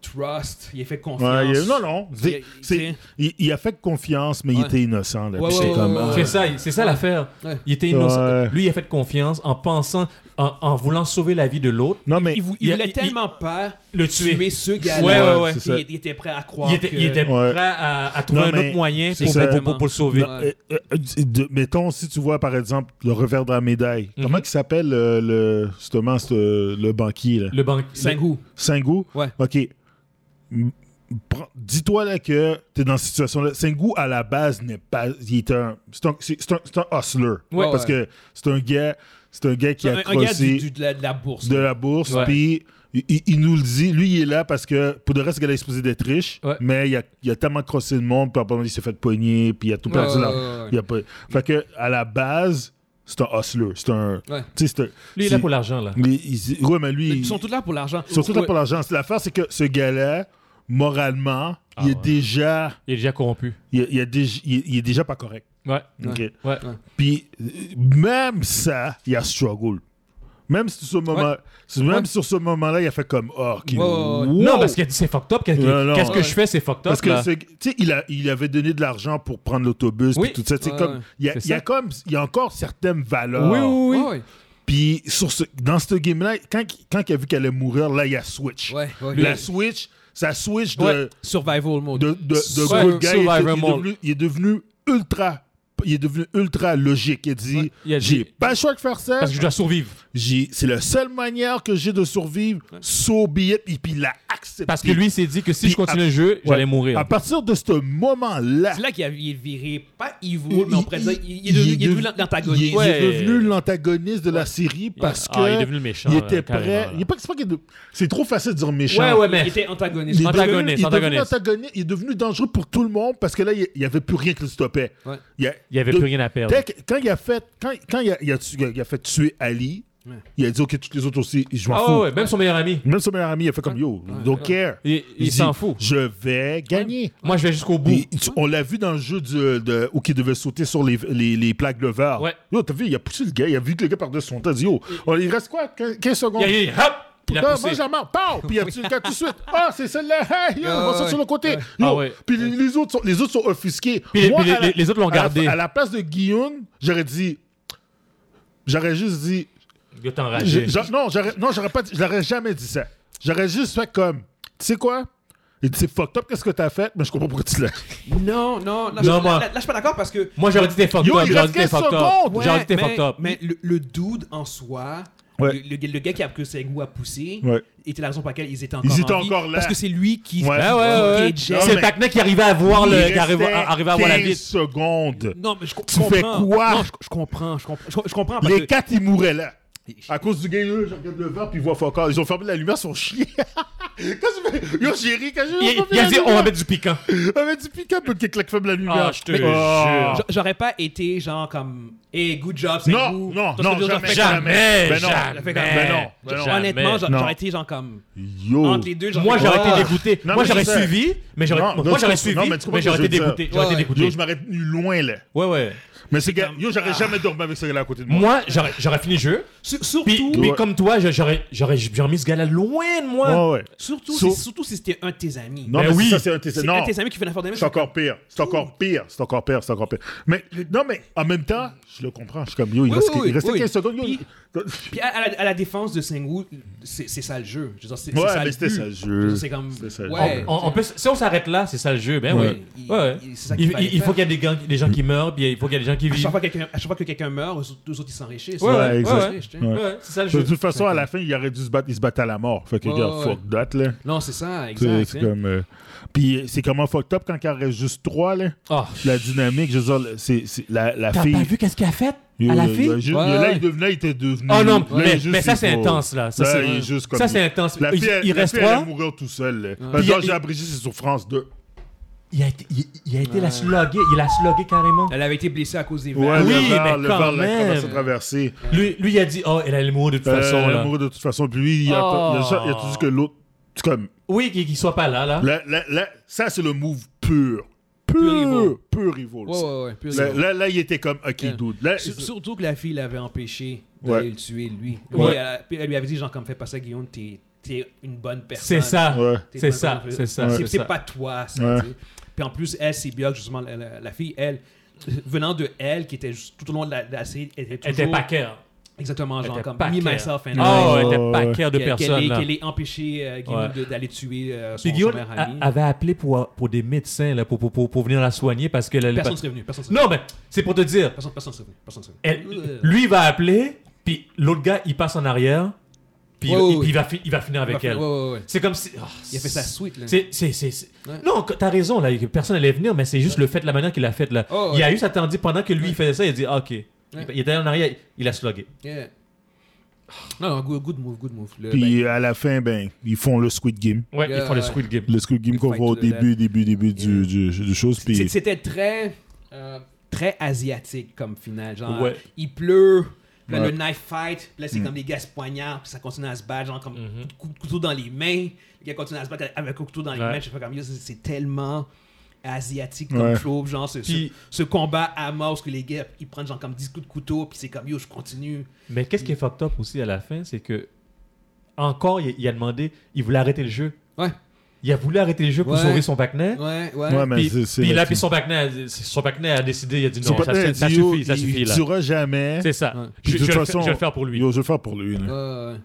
Speaker 1: trust, il ait fait confiance.
Speaker 3: Ouais, il est- non, non. C'est-
Speaker 1: Il-
Speaker 3: c'est- Il, il a fait confiance, mais il
Speaker 1: Ouais.
Speaker 3: était innocent. Là,
Speaker 1: Ouais,
Speaker 3: puis c'est
Speaker 1: ouais,
Speaker 3: comme,
Speaker 1: ouais, ouais.
Speaker 3: ah.
Speaker 2: C'est ça, il- c'est ça l'affaire.
Speaker 1: Ouais.
Speaker 2: Il était innocent.
Speaker 3: Ouais.
Speaker 2: Lui, il a fait confiance en pensant, en, en voulant sauver la vie de l'autre.
Speaker 3: Non, mais.
Speaker 1: Il, vou- il
Speaker 2: Il a-
Speaker 1: voulait
Speaker 2: il-
Speaker 1: tellement pas
Speaker 2: Le
Speaker 1: tuer,
Speaker 2: tuer.
Speaker 1: ce gars-là.
Speaker 2: Ouais, ouais, ouais.
Speaker 3: C'est ça.
Speaker 1: Il, il était prêt à croire.
Speaker 2: Il était,
Speaker 1: que-
Speaker 2: il était
Speaker 3: Ouais.
Speaker 2: prêt à, à trouver
Speaker 3: Non,
Speaker 2: un
Speaker 3: mais
Speaker 2: autre moyen
Speaker 1: c'est
Speaker 2: pour,
Speaker 3: ça.
Speaker 2: pour- pour- pour le sauver.
Speaker 1: Non.
Speaker 3: Euh, euh, euh, de- mettons, si tu vois, par exemple, le revers de la médaille. Comment
Speaker 1: Mhm.
Speaker 3: il s'appelle euh, le, justement ce- le banquier là?
Speaker 2: Le banquier.
Speaker 1: Sengoku.
Speaker 3: Sengoku?
Speaker 1: Ouais.
Speaker 3: OK. M- prends- Dis-toi là que t'es dans cette situation-là. Sengoku, à la base, n'est pas. Il est un. C'est un, c'est- c'est un- c'est un hustler.
Speaker 1: Ouais,
Speaker 3: parce
Speaker 1: ouais.
Speaker 3: que c'est un gars. C'est un gars qui
Speaker 1: Un,
Speaker 3: a
Speaker 1: un gars
Speaker 3: crossé
Speaker 1: du- du- de, la, de la bourse.
Speaker 3: de la bourse.
Speaker 2: Ouais.
Speaker 3: Puis il, il- il nous le dit. Lui, il est là parce que pour le reste, il est supposé d'être riche.
Speaker 2: Ouais.
Speaker 3: Mais il a, il a tellement crossé le monde. Puis après, il s'est fait poigner. Puis il a tout perdu.
Speaker 1: Ouais,
Speaker 3: là.
Speaker 1: ouais, ouais.
Speaker 3: Il a pas... Fait que, à la base, c'est un hustler. C'est un.
Speaker 1: Ouais.
Speaker 3: Tu sais, c'est un-
Speaker 2: Lui, il est là
Speaker 3: c'est-
Speaker 2: pour l'argent, là.
Speaker 3: mais il- ouais, mais lui.
Speaker 1: Ils sont tous là pour l'argent.
Speaker 3: Surtout là
Speaker 1: Ouais.
Speaker 3: pour l'argent. L'affaire, c'est que ce gars-là, moralement, il est
Speaker 2: Ah ouais.
Speaker 3: déjà.
Speaker 2: Il est déjà corrompu.
Speaker 3: Il est, il est déjà il est- il est déjà pas correct.
Speaker 2: Ouais.
Speaker 3: OK?
Speaker 2: Ouais.
Speaker 3: Puis, euh, même ça, il a struggle. Même, si sur ce moment, même
Speaker 1: Ouais.
Speaker 3: sur ce moment-là, il a fait comme. Oh, ok,
Speaker 1: Ouais, ouais, ouais.
Speaker 3: wow.
Speaker 2: Non, parce qu'il a dit c'est fucked up. Qu'est-ce que-
Speaker 3: Non, non.
Speaker 2: qu'est-ce
Speaker 1: Ouais.
Speaker 2: que je fais, c'est fucked up.
Speaker 3: Parce que
Speaker 2: là.
Speaker 3: c'est- tu sais, il, a- il avait donné de l'argent pour prendre l'autobus
Speaker 2: Oui.
Speaker 3: puis tout ça. Tu sais,
Speaker 1: Ouais, ouais.
Speaker 3: comme il y a,
Speaker 2: C'est
Speaker 3: il y a
Speaker 2: ça.
Speaker 3: comme il y a encore certaines valeurs.
Speaker 2: Oui, oui, oui.
Speaker 1: Ouais,
Speaker 3: Puis sur ce, dans ce game-là, quand, quand il a vu qu'elle allait mourir, là, il y a switch.
Speaker 1: ouais, ouais.
Speaker 3: La switch, ça switch de,
Speaker 2: Ouais.
Speaker 1: Survival mode.
Speaker 3: de, de, de
Speaker 2: Sur-
Speaker 3: good guy. Il est- Il
Speaker 2: survivor
Speaker 3: est,
Speaker 2: mode.
Speaker 3: devenu, il est devenu ultra. Il est devenu ultra logique. Il dit
Speaker 2: Ouais. Il a dit-
Speaker 3: J'ai pas le choix de faire ça.
Speaker 2: Parce que je dois survivre.
Speaker 3: J'ai- C'est la seule manière que j'ai de survivre. So be it. Et puis il l'a accepté.
Speaker 2: Parce que lui, il s'est dit que si
Speaker 3: Puis
Speaker 2: je continue
Speaker 3: à-
Speaker 2: le jeu, j'allais
Speaker 3: Ouais. Ah, À
Speaker 2: mourir.
Speaker 3: partir de ce moment-là,
Speaker 1: C'est là qu'il a- il est viré, pas evil, mais on pourrait dire, il, il est
Speaker 3: il
Speaker 1: devenu, il est devenu
Speaker 3: dev-
Speaker 1: l'antagoniste.
Speaker 3: Il, est- il
Speaker 2: Ouais.
Speaker 3: est devenu l'antagoniste de la série parce
Speaker 2: Ah,
Speaker 3: que
Speaker 2: il est devenu le méchant,
Speaker 3: il
Speaker 2: là,
Speaker 3: était
Speaker 2: carrément,
Speaker 3: prêt.
Speaker 2: là.
Speaker 3: Il est pas, c'est pas qu'il est de- c'est trop facile de dire méchant.
Speaker 2: Ouais, ouais,
Speaker 1: Il
Speaker 2: mais.
Speaker 1: était
Speaker 3: Il est,
Speaker 1: antagoniste.
Speaker 3: devenu,
Speaker 2: Antagoniste,
Speaker 3: il est devenu
Speaker 2: antagoniste.
Speaker 3: antagoniste, il est devenu dangereux pour tout le monde parce que là, il n'y avait plus rien qui le stoppait.
Speaker 1: Ouais.
Speaker 3: Il, y a-
Speaker 2: Il n'y avait
Speaker 3: de-
Speaker 2: plus rien à perdre.
Speaker 3: dès que- quand il a fait, quand, quand il, a, il a tu- il a fait tuer Ali,
Speaker 1: Ouais.
Speaker 3: il a dit Ok, toutes les autres aussi, je m'en
Speaker 2: Ah
Speaker 3: fous.
Speaker 2: ouais, ouais, même son meilleur ami.
Speaker 3: Même son meilleur ami, il a fait comme Yo, don't care.
Speaker 2: Il-
Speaker 3: dit,
Speaker 2: Il s'en fout.
Speaker 3: Je vais gagner.
Speaker 2: Moi, je vais jusqu'au bout.
Speaker 3: Puis, tu- on l'a vu dans le jeu du- de, où il devait sauter sur les, les, les plaques de verre.
Speaker 2: Ouais.
Speaker 3: Yo, t'as vu, il a poussé le gars, il a vu que le gars par-dessus son temps. Il dit, yo, on- il reste quoi 15, 15 secondes
Speaker 2: Il a- il a- hop! Il a
Speaker 3: Ah,
Speaker 2: poussé.
Speaker 3: mange la main, pow! Puis il a tué le gars tout de suite. Ah, c'est celle-là, hey, yo, on va
Speaker 1: ouais,
Speaker 3: sortir sur le côté.
Speaker 2: Ah,
Speaker 3: Yo,
Speaker 2: ouais.
Speaker 3: Puis les, les autres sont, les autres sont offusqués.
Speaker 2: Puis les- puis
Speaker 3: à
Speaker 2: les- les autres l'ont
Speaker 3: à la-
Speaker 2: gardé.
Speaker 3: À la place de Guillaume, j'aurais dit. J'aurais juste dit.
Speaker 2: Il est enragé.
Speaker 3: j'ai- j'a- Non, j'aurais non, j'aurais pas dit- j'aurais jamais dit ça. J'aurais juste fait comme. Tu sais quoi? Il dit, c'est fucked up, qu'est-ce que t'as fait? Mais je comprends pourquoi tu l'as.
Speaker 1: Non, non, là,
Speaker 2: Non,
Speaker 1: je,
Speaker 2: moi-
Speaker 1: là- là, je suis pas d'accord parce que.
Speaker 2: Moi, j'aurais dit t'es fucked
Speaker 3: Yo,
Speaker 2: up.
Speaker 3: il
Speaker 2: J'aurais
Speaker 3: reste
Speaker 2: dit t'es
Speaker 3: 15
Speaker 2: fucked up.
Speaker 3: secondes.
Speaker 2: J'aurais dit t'es
Speaker 1: mais,
Speaker 2: fucked up.
Speaker 1: mais le, le dude en soi,
Speaker 3: Ouais.
Speaker 1: le, le- le gars qui a pris ses goûts à pousser,
Speaker 3: Ouais.
Speaker 1: était la raison pour laquelle ils étaient encore,
Speaker 3: Ils étaient
Speaker 1: en vie,
Speaker 3: encore là.
Speaker 1: Parce que c'est lui qui.
Speaker 3: Ouais.
Speaker 2: Ah ouais, ouais.
Speaker 1: qui est
Speaker 3: Non,
Speaker 2: C'est
Speaker 3: mais-
Speaker 2: le Pacna qui arrivait à voir
Speaker 3: Il
Speaker 2: le,
Speaker 3: restait
Speaker 2: qui arrivait, à- arrivait à voir la
Speaker 3: 15
Speaker 2: vie.
Speaker 3: secondes.
Speaker 1: Non, mais je, com-
Speaker 3: Tu fais
Speaker 1: comprends.
Speaker 3: quoi?
Speaker 1: Non, je, je comprends, je comprends. Je, je
Speaker 2: Ah,
Speaker 1: comprends parce
Speaker 3: Les
Speaker 1: que.
Speaker 3: quatre, ils mouraient là. À cause du gain, eux, je regarde le verre, puis ils voient Focard. Ils ont fermé la lumière, ils sont chiés. quand je me... Yo, j'ai ri quand j'ai
Speaker 2: Il,
Speaker 3: fermé
Speaker 2: il a
Speaker 3: la
Speaker 2: dit
Speaker 3: lumière.
Speaker 2: on va mettre du piquant.
Speaker 3: On m'a dit, puis quand peut quelqu'un ferme la lumière.
Speaker 2: Ah, je te
Speaker 3: Mais-
Speaker 2: jure.
Speaker 3: Oh.
Speaker 1: J'a- J'aurais pas été genre comme. Hey, good job, c'est
Speaker 3: Non,
Speaker 1: vous.
Speaker 3: non,
Speaker 1: Tout ce
Speaker 3: non,
Speaker 1: que j'aurais
Speaker 3: jamais,
Speaker 1: fait,
Speaker 2: Jamais,
Speaker 3: Ben non,
Speaker 2: jamais.
Speaker 3: ben non, ben non.
Speaker 1: Honnêtement, j'a-
Speaker 3: Non.
Speaker 1: j'aurais été genre comme.
Speaker 3: Yo.
Speaker 1: Entre les deux, j'aurais
Speaker 2: Moi,
Speaker 1: fait-
Speaker 2: j'aurais
Speaker 1: Ah.
Speaker 2: été dégoûté.
Speaker 3: Non,
Speaker 2: Moi,
Speaker 3: mais
Speaker 2: j'aurais
Speaker 3: je sais.
Speaker 2: suivi, mais
Speaker 3: Non,
Speaker 2: j'aurais
Speaker 3: non,
Speaker 2: moi, j'aurais
Speaker 3: je comprends-
Speaker 2: suivi,
Speaker 3: non, mais tu comprends
Speaker 2: mais
Speaker 3: ce que
Speaker 2: j'aurais été
Speaker 3: je veux dire.
Speaker 2: dégoûté. J'aurais été
Speaker 1: Ouais.
Speaker 2: dégoûté.
Speaker 3: Yo, je m'aurais tenu loin là.
Speaker 2: Ouais, Ah. ouais.
Speaker 3: Mais c'est gars, yo, j'aurais jamais dormi avec ce gars-là à côté de moi.
Speaker 2: Moi, j'aurais j'aurais fini le jeu.
Speaker 1: Sur-
Speaker 2: Puis,
Speaker 1: Surtout.
Speaker 2: puis
Speaker 3: Ouais.
Speaker 2: comme toi, je- j'aurais j'aurais j'aurais mis ce gars-là loin de moi.
Speaker 3: Ouais, ouais.
Speaker 1: Surtout,
Speaker 3: Sur-
Speaker 1: si, surtout si c'était un de tes amis.
Speaker 3: Non,
Speaker 2: Ben
Speaker 3: mais
Speaker 2: oui.
Speaker 3: ça, c'est un TC.
Speaker 1: c'est
Speaker 3: Non.
Speaker 1: un de tes amis qui fait l'affaire de même.
Speaker 3: C'est encore pire. C'est encore pire. C'est encore pire. C'est encore pire. Mais non, mais en même temps, je le comprends. Je suis comme yo, il
Speaker 1: Oui,
Speaker 3: reste,
Speaker 1: oui,
Speaker 3: il restait
Speaker 1: oui.
Speaker 3: 15 secondes. yo.
Speaker 1: Puis à, à la, à la défense de Sengu, c'est c'est ça le jeu. Je veux dire, c'est c'est
Speaker 3: Ouais,
Speaker 1: ça
Speaker 3: mais
Speaker 1: le
Speaker 3: c'était
Speaker 1: but.
Speaker 3: ça le
Speaker 1: Je veux
Speaker 3: jeu.
Speaker 1: dire, C'est comme.
Speaker 3: C'était ça le
Speaker 1: Ouais.
Speaker 3: jeu.
Speaker 2: On- on peut- si on s'arrête là, c'est ça le jeu. Ben
Speaker 1: Ouais.
Speaker 2: oui. Ouais, ouais.
Speaker 1: Il- il- c'est ça qu'il
Speaker 2: Il,
Speaker 1: fallait
Speaker 2: il faut
Speaker 1: faire.
Speaker 2: qu'il y ait des, gang- des gens qui meurent, puis il faut qu'il y ait des gens qui
Speaker 1: À chaque
Speaker 2: vivent.
Speaker 1: fois que quelqu'un- à chaque fois que quelqu'un meurt, eux autres- eux autres ils s'enrichissent.
Speaker 2: Ouais, ouais,
Speaker 3: exact.
Speaker 1: Tu sais,
Speaker 3: Ouais.
Speaker 2: Ouais, ouais, c'est ça le
Speaker 3: De
Speaker 2: jeu.
Speaker 3: toute façon, à la fin, il aurait dû se battre, il se battait à la mort. Fait que,
Speaker 1: Ouais,
Speaker 3: gars,
Speaker 1: ouais.
Speaker 3: fuck that, là.
Speaker 1: Non, c'est ça,
Speaker 3: C'est
Speaker 1: exact.
Speaker 3: c'est
Speaker 1: hein.
Speaker 3: comme. euh, Puis euh, c'est comment fucked up quand il en reste juste trois, là.
Speaker 2: Ah,
Speaker 3: La dynamique, je veux dire, le- c'est c'est la, la fille.
Speaker 2: qu'est-ce qu'elle a fait
Speaker 3: Il- il- il- il-
Speaker 1: Ouais,
Speaker 3: Là,
Speaker 1: ouais.
Speaker 3: il, devenait, il était devenu.
Speaker 2: Oh non,
Speaker 3: là, il
Speaker 2: mais,
Speaker 3: est juste
Speaker 2: mais ça c'est
Speaker 3: pour-
Speaker 2: intense là. Ça
Speaker 3: Là,
Speaker 2: c'est
Speaker 3: il est juste comme-
Speaker 2: ça, c'est intense.
Speaker 3: La
Speaker 2: il,
Speaker 3: fille,
Speaker 2: il
Speaker 3: la
Speaker 2: reste
Speaker 3: fille, elle
Speaker 2: trois.
Speaker 3: allait mourir tout seul.
Speaker 1: Ouais.
Speaker 3: là.
Speaker 2: Puis il y a-
Speaker 3: Genre, j'ai abrégé ses souffrances de.
Speaker 2: Il a été, il, il a été la
Speaker 1: Ouais.
Speaker 2: sloguer, il a slogué carrément.
Speaker 1: Elle avait été blessée à cause des
Speaker 3: Ouais,
Speaker 1: vagues.
Speaker 2: Oui,
Speaker 3: le verre,
Speaker 2: mais
Speaker 3: le
Speaker 2: quand
Speaker 3: verre l'a
Speaker 2: même.
Speaker 3: commencé à traverser.
Speaker 2: Lui, lui il a dit oh elle allait mourir de toute
Speaker 3: Euh,
Speaker 2: façon
Speaker 3: elle
Speaker 2: là.
Speaker 3: mourut de toute façon. Puis lui, il a,
Speaker 2: Oh.
Speaker 3: il a, il a tout dit que l'autre. C'est comme.
Speaker 2: Oui qu'il qu'il soit pas là là.
Speaker 3: Là, là, là, ça, c'est le move pur.
Speaker 1: Pur evil.
Speaker 3: Pur. Pur evil.
Speaker 1: Ouais, ouais, ouais. pure
Speaker 3: Là,
Speaker 1: raison.
Speaker 3: là, là, il était comme, ok,
Speaker 1: Ouais.
Speaker 3: dude. Là,
Speaker 1: Sur- Surtout que la fille l'avait empêché
Speaker 3: Ouais.
Speaker 1: d'aller le tuer, lui. Lui,
Speaker 2: Ouais.
Speaker 1: elle, puis elle lui avait dit, genre, comme fais pas ça, Guillaume, t'es t'es une bonne personne.
Speaker 2: C'est ça.
Speaker 3: Ouais.
Speaker 1: T'es
Speaker 2: C'est
Speaker 1: une bonne
Speaker 2: ça,
Speaker 1: personne.
Speaker 2: c'est ça, c'est
Speaker 1: C'est
Speaker 2: ça.
Speaker 1: pas toi, ça.
Speaker 3: Ouais.
Speaker 1: tu sais. Puis en plus, elle, c'est bien justement, la, la- la fille, elle, venant de elle, qui était juste- tout au long de la, de la série, elle était
Speaker 2: Elle
Speaker 1: toujours...
Speaker 2: était paquer.
Speaker 1: Exactement,
Speaker 2: Elle
Speaker 1: genre,
Speaker 2: était
Speaker 1: comme
Speaker 2: paquet.
Speaker 1: me, myself, and
Speaker 2: Oh,
Speaker 1: I.
Speaker 2: elle était
Speaker 3: Ouais,
Speaker 2: paquet de
Speaker 1: Qu'elle- Qu'elle
Speaker 2: personnes
Speaker 1: ait-
Speaker 2: là.
Speaker 1: qu'elle ait empêché euh, Guillaume
Speaker 2: Ouais.
Speaker 1: de- d'aller tuer euh, son,
Speaker 2: Puis
Speaker 1: son
Speaker 2: Guillaume
Speaker 1: meilleur
Speaker 2: a-
Speaker 1: ami.
Speaker 2: avait appelé pour, euh, pour des médecins là, pour, pour, pour, pour venir la soigner parce que la-
Speaker 1: Personne ne serait venu. Personne ne serait
Speaker 2: Non mais c'est pour te dire.
Speaker 1: Personne, personne serait venu. Personne serait
Speaker 2: Elle-
Speaker 1: venu. Euh,
Speaker 2: lui il va appeler, puis l'autre gars il passe en arrière, puis il-
Speaker 1: Ouais, ouais,
Speaker 2: il,
Speaker 1: ouais.
Speaker 2: il va fi- il va finir avec
Speaker 1: parfait.
Speaker 2: elle.
Speaker 1: Ouais, ouais, ouais.
Speaker 2: C'est comme si. ah,
Speaker 1: Il a fait sa suite, là.
Speaker 2: C'est, c'est, c'est, c'est-
Speaker 1: Ouais.
Speaker 2: Non, que- t'as raison, là, que personne n'allait venir, mais c'est juste le fait de la manière qu'il a fait. Là.
Speaker 1: Oh, ouais.
Speaker 2: Il a eu sa tendue pendant que lui, il faisait ça, il a dit ah, OK. Il- Il était en arrière, il a slogué.
Speaker 1: Yeah. Non, non, good, good move, good move. Le- ben,
Speaker 3: Puis à la fin, ben, ils font le Squid Game.
Speaker 2: Ouais,
Speaker 1: Yeah,
Speaker 2: ils font le
Speaker 1: ouais.
Speaker 2: Squid Game.
Speaker 3: Le Squid Game
Speaker 1: Le
Speaker 3: qu'on
Speaker 1: fight
Speaker 3: voit au
Speaker 1: to the
Speaker 3: début, début, début
Speaker 1: Yeah.
Speaker 3: du, du, du chose.
Speaker 1: c'est-
Speaker 3: Puis
Speaker 1: C'était très, euh, très asiatique comme finale. Genre,
Speaker 2: Ouais.
Speaker 1: il pleut, puis là,
Speaker 3: Ouais. Mm.
Speaker 1: le knife fight, puis là, c'est comme les gars se poignardent, puis ça continue à se battre, genre, comme cou- couteau dans les mains. Les gars continuent à se battre avec un couteau dans les
Speaker 2: Mm-hmm. Ouais.
Speaker 1: mains. Je sais pas comme, yo, c'est- c'est tellement asiatique comme
Speaker 3: Ouais.
Speaker 1: show, genre, ce, ce-
Speaker 2: Puis-
Speaker 1: ce combat à mort, parce que les gars, ils prennent genre comme 10 coups de couteau, puis c'est comme, yo, je continue.
Speaker 2: Mais qu'est-ce qui est fucked up aussi à la fin, c'est que. Encore, il, il a demandé, il voulait arrêter le jeu.
Speaker 1: Ouais,
Speaker 2: Il a voulu arrêter le jeu pour
Speaker 1: Ouais.
Speaker 2: sauver son Bacnet.
Speaker 1: ouais, ouais.
Speaker 3: Ouais, mais
Speaker 2: Puis,
Speaker 3: c'est- c'est
Speaker 2: puis
Speaker 3: la-
Speaker 2: là, puis son Bacnet a, son Bacnet a décidé, il a dit
Speaker 3: Son
Speaker 2: non, ça,
Speaker 3: partenaire
Speaker 2: ça-
Speaker 3: a
Speaker 2: ça
Speaker 3: dit, Yo,
Speaker 2: suffit, ça
Speaker 3: il-
Speaker 2: suffit
Speaker 3: Il
Speaker 2: là.
Speaker 3: tuera jamais.
Speaker 2: C'est ça.
Speaker 1: Ouais.
Speaker 2: Je,
Speaker 3: Puis de
Speaker 2: je
Speaker 3: toute
Speaker 2: le fais-
Speaker 3: façon,
Speaker 2: je vais le faire pour lui.
Speaker 3: Yo, je vais le faire pour lui. là.
Speaker 1: Euh,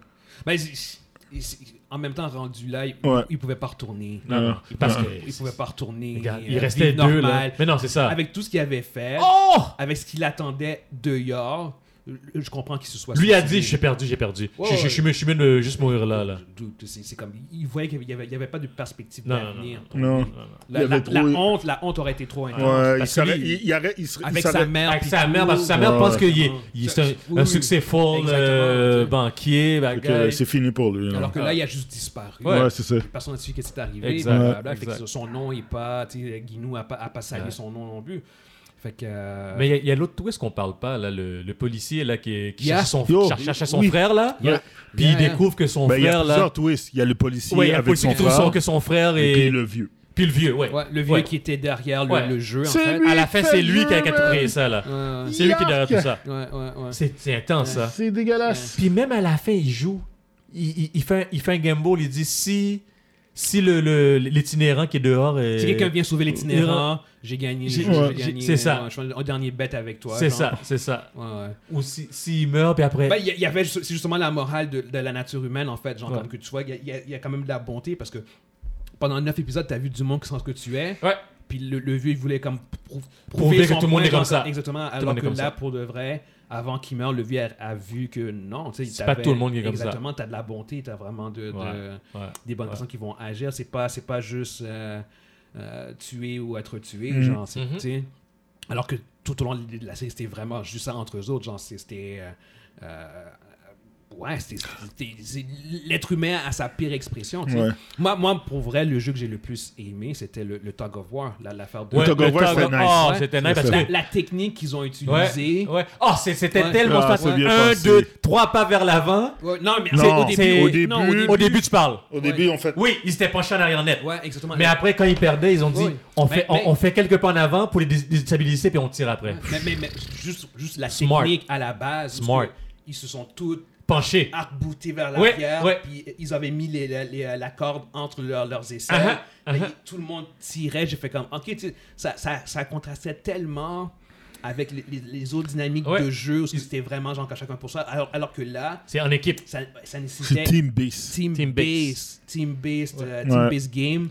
Speaker 1: ben, c'est- c'est- en même temps, rendu là, il,
Speaker 3: Ouais.
Speaker 1: il pouvait pas retourner.
Speaker 2: Non, non, parce que.
Speaker 1: Il pouvait pas retourner.
Speaker 2: Regarde,
Speaker 1: euh,
Speaker 2: il restait
Speaker 1: vivre
Speaker 2: deux là.
Speaker 1: normal.
Speaker 2: Mais non, c'est ça.
Speaker 1: Avec tout ce qu'il avait fait,
Speaker 2: Ah. Oh!
Speaker 1: avec ce qu'il attendait dehors, euh, je comprends qu'il se soit.
Speaker 2: Lui a
Speaker 1: suicidé.
Speaker 2: dit j'ai perdu, j'ai perdu.
Speaker 1: Ouais,
Speaker 2: Je- je-
Speaker 1: ouais.
Speaker 2: Je suis mieux- je suis mieux de juste mourir là. là.
Speaker 1: Dude, C'est c'est comme il voyait qu'il y avait, il y avait pas de perspective
Speaker 2: Non, non,
Speaker 1: d'avenir.
Speaker 2: non,
Speaker 3: Non.
Speaker 1: La,
Speaker 3: Il y
Speaker 1: la-
Speaker 3: avait
Speaker 1: la
Speaker 3: trop-
Speaker 1: honte, la honte aurait été trop intense.
Speaker 3: Ouais,
Speaker 1: Parce
Speaker 3: il
Speaker 1: que
Speaker 3: serait.
Speaker 1: lui,
Speaker 3: Il il aurait. Il serait. il
Speaker 1: avec
Speaker 3: serait-
Speaker 1: sa mère,
Speaker 2: Avec
Speaker 1: puis
Speaker 2: sa
Speaker 1: tout.
Speaker 2: mère, parce que sa
Speaker 3: Ouais,
Speaker 2: mère pense
Speaker 3: ouais.
Speaker 2: qu'il est,
Speaker 1: Exactement.
Speaker 2: il- c'est un,
Speaker 1: Oui,
Speaker 2: un
Speaker 1: oui.
Speaker 2: successful
Speaker 1: Exactement,
Speaker 2: euh,
Speaker 1: tu sais.
Speaker 2: banquier,
Speaker 3: Fait que,
Speaker 2: bagaille.
Speaker 3: C'est fini pour lui. là.
Speaker 1: Alors que là, il a juste disparu.
Speaker 2: Ouais.
Speaker 3: Ouais, c'est ça.
Speaker 1: personne n'a su qu'est-ce qui est arrivé.
Speaker 2: Exact.
Speaker 1: blablabla.
Speaker 2: Ouais,
Speaker 1: Fait que
Speaker 2: exact.
Speaker 1: son nom est pas. tu sais, Guinou a pas, a pas salué
Speaker 2: Ouais.
Speaker 1: son nom non plus. Fait que.
Speaker 2: Euh, Mais il y a- il y a, l'autre twist qu'on parle pas, là, le, le policier là, qui, est- qui
Speaker 1: Yeah.
Speaker 2: cherche son,
Speaker 3: Yo.
Speaker 2: cherche- cherchait son
Speaker 3: Oui.
Speaker 2: frère, là,
Speaker 1: Yeah.
Speaker 2: puis
Speaker 1: Yeah,
Speaker 2: il
Speaker 1: yeah.
Speaker 2: découvre que son
Speaker 3: Ben, il y a
Speaker 2: frère, là,
Speaker 3: plusieurs twists. Il y a le policier
Speaker 2: ouais, il y a le
Speaker 3: avec
Speaker 2: policier
Speaker 3: son
Speaker 2: qui trouve son-
Speaker 3: frère.
Speaker 2: que son frère
Speaker 3: Et puis
Speaker 2: et
Speaker 3: le vieux.
Speaker 2: puis le vieux, ouais.
Speaker 1: le vieux
Speaker 2: Ouais.
Speaker 1: qui était derrière le,
Speaker 2: Ouais.
Speaker 1: le jeu, en
Speaker 3: C'est
Speaker 1: fait.
Speaker 3: lui.
Speaker 2: À la fin, c'est lui qui a, qui a tout
Speaker 3: Ouais.
Speaker 2: créé ça, là.
Speaker 1: Ouais,
Speaker 2: C'est lui qui est derrière tout ça.
Speaker 1: ouais, ouais, ouais.
Speaker 2: C'est c'est intense, ça.
Speaker 3: C'est dégueulasse.
Speaker 2: Puis même à la fin, il joue. Il, il- il fait, un- il fait un game ball, il dit si, si le, le- l'itinérant qui est dehors. est-
Speaker 1: Si quelqu'un vient sauver l'itinérant, j'ai gagné.
Speaker 2: Euh, J'ai-
Speaker 1: le jeu,
Speaker 3: ouais,
Speaker 1: j'ai gagné,
Speaker 2: j'ai- c'est ça.
Speaker 1: ouais, je suis en dernier bête avec toi.
Speaker 2: C'est
Speaker 1: genre.
Speaker 2: ça, c'est ça.
Speaker 1: Ouais, ouais.
Speaker 2: Ou si- s'il meurt, puis après.
Speaker 1: Ben, il y, il y avait ju- c'est justement la morale de, de la nature humaine en fait, genre
Speaker 2: Ouais.
Speaker 1: comme que tu vois, il y a- il y, a- il y a quand même de la bonté parce que pendant neuf épisodes, t'as vu du monde qui sent ce que tu es.
Speaker 2: Ouais.
Speaker 1: Puis le, le vieux, il voulait comme prou-
Speaker 2: Prouver que
Speaker 1: son
Speaker 2: tout le monde
Speaker 1: point,
Speaker 2: est comme
Speaker 1: genre,
Speaker 2: ça.
Speaker 1: Exactement.
Speaker 2: le monde
Speaker 1: Alors
Speaker 2: est
Speaker 1: que
Speaker 2: comme
Speaker 1: là,
Speaker 2: ça.
Speaker 1: pour de vrai, avant qu'il meure, le vieux a, a vu que non, tu sais,
Speaker 2: C'est pas
Speaker 1: t'avais-
Speaker 2: tout le monde qui est comme ça.
Speaker 1: Exactement, t'as de la bonté, t'as vraiment de, de-
Speaker 2: Ouais. Ouais.
Speaker 1: des bonnes
Speaker 2: Ouais.
Speaker 1: personnes qui vont agir. C'est pas, c'est pas juste euh, euh, tuer ou être tué,
Speaker 3: Mhm.
Speaker 1: genre, c'est-
Speaker 2: Mhm.
Speaker 1: tu sais. Alors que tout au long de la série, c'était vraiment juste ça entre eux autres, genre, c'est- c'était. euh, euh, ouais, c'était- c'était c'est l'être humain à sa pire expression. tu sais.
Speaker 3: Ouais.
Speaker 1: Moi, moi, pour vrai, le jeu que j'ai le plus aimé, c'était le, le Tug of War, la- l'affaire de.
Speaker 2: Ouais,
Speaker 3: Tug of War,
Speaker 2: Tug
Speaker 3: c'était
Speaker 2: of-
Speaker 3: nice.
Speaker 2: Oh,
Speaker 1: Ouais.
Speaker 2: c'était nice parce
Speaker 3: Ça,
Speaker 1: La,
Speaker 2: que.
Speaker 1: la technique qu'ils ont utilisée.
Speaker 2: Ouais. ouais. Oh, c'est- c'était
Speaker 1: Ouais.
Speaker 2: tellement
Speaker 3: Ah,
Speaker 2: fast.
Speaker 3: c'est bien
Speaker 2: Un,
Speaker 3: pensé.
Speaker 2: deux, trois pas vers l'avant.
Speaker 1: Ouais, non, mais
Speaker 3: Non,
Speaker 1: c'est- au
Speaker 3: c'est-
Speaker 1: début.
Speaker 3: au début-
Speaker 1: non, au début-
Speaker 2: Au début, tu parles.
Speaker 3: Au début, on fait.
Speaker 2: Oui, ils s'étaient penchés en arrière net.
Speaker 1: Ouais, exactement.
Speaker 2: Mais après, quand ils perdaient, ils ont dit
Speaker 1: Oui.
Speaker 2: on,
Speaker 1: Mais-
Speaker 2: fait, on-
Speaker 1: mais-
Speaker 2: on fait quelques pas en avant pour les dés- déstabiliser, puis on tire après.
Speaker 1: Mais, mais- mais juste, juste la
Speaker 2: Smart.
Speaker 1: technique à la base. parce
Speaker 2: Smart.
Speaker 1: que Ils se sont tous
Speaker 2: Penché.
Speaker 1: Ah. arc-boutés vers la
Speaker 2: Ouais,
Speaker 1: pierre,
Speaker 2: ouais.
Speaker 1: puis ils avaient mis les, les- les- la corde entre leurs- leurs essais.
Speaker 2: Ah ah,
Speaker 1: Puis
Speaker 2: ah ah.
Speaker 1: Tout le monde tirait, j'ai fait comme, ok, tu sais, ça, ça, ça contrastait tellement avec les, les- les autres dynamiques
Speaker 2: Ouais.
Speaker 1: de jeu où c'était vraiment genre quand chacun pour soi. Alors, alors que là,
Speaker 2: C'est en équipe.
Speaker 1: ça, ça
Speaker 3: C'est
Speaker 1: nécessitait
Speaker 3: Team Base.
Speaker 1: team,
Speaker 2: Team
Speaker 1: based,
Speaker 2: based.
Speaker 1: team based, euh, team
Speaker 3: Ouais.
Speaker 1: based game.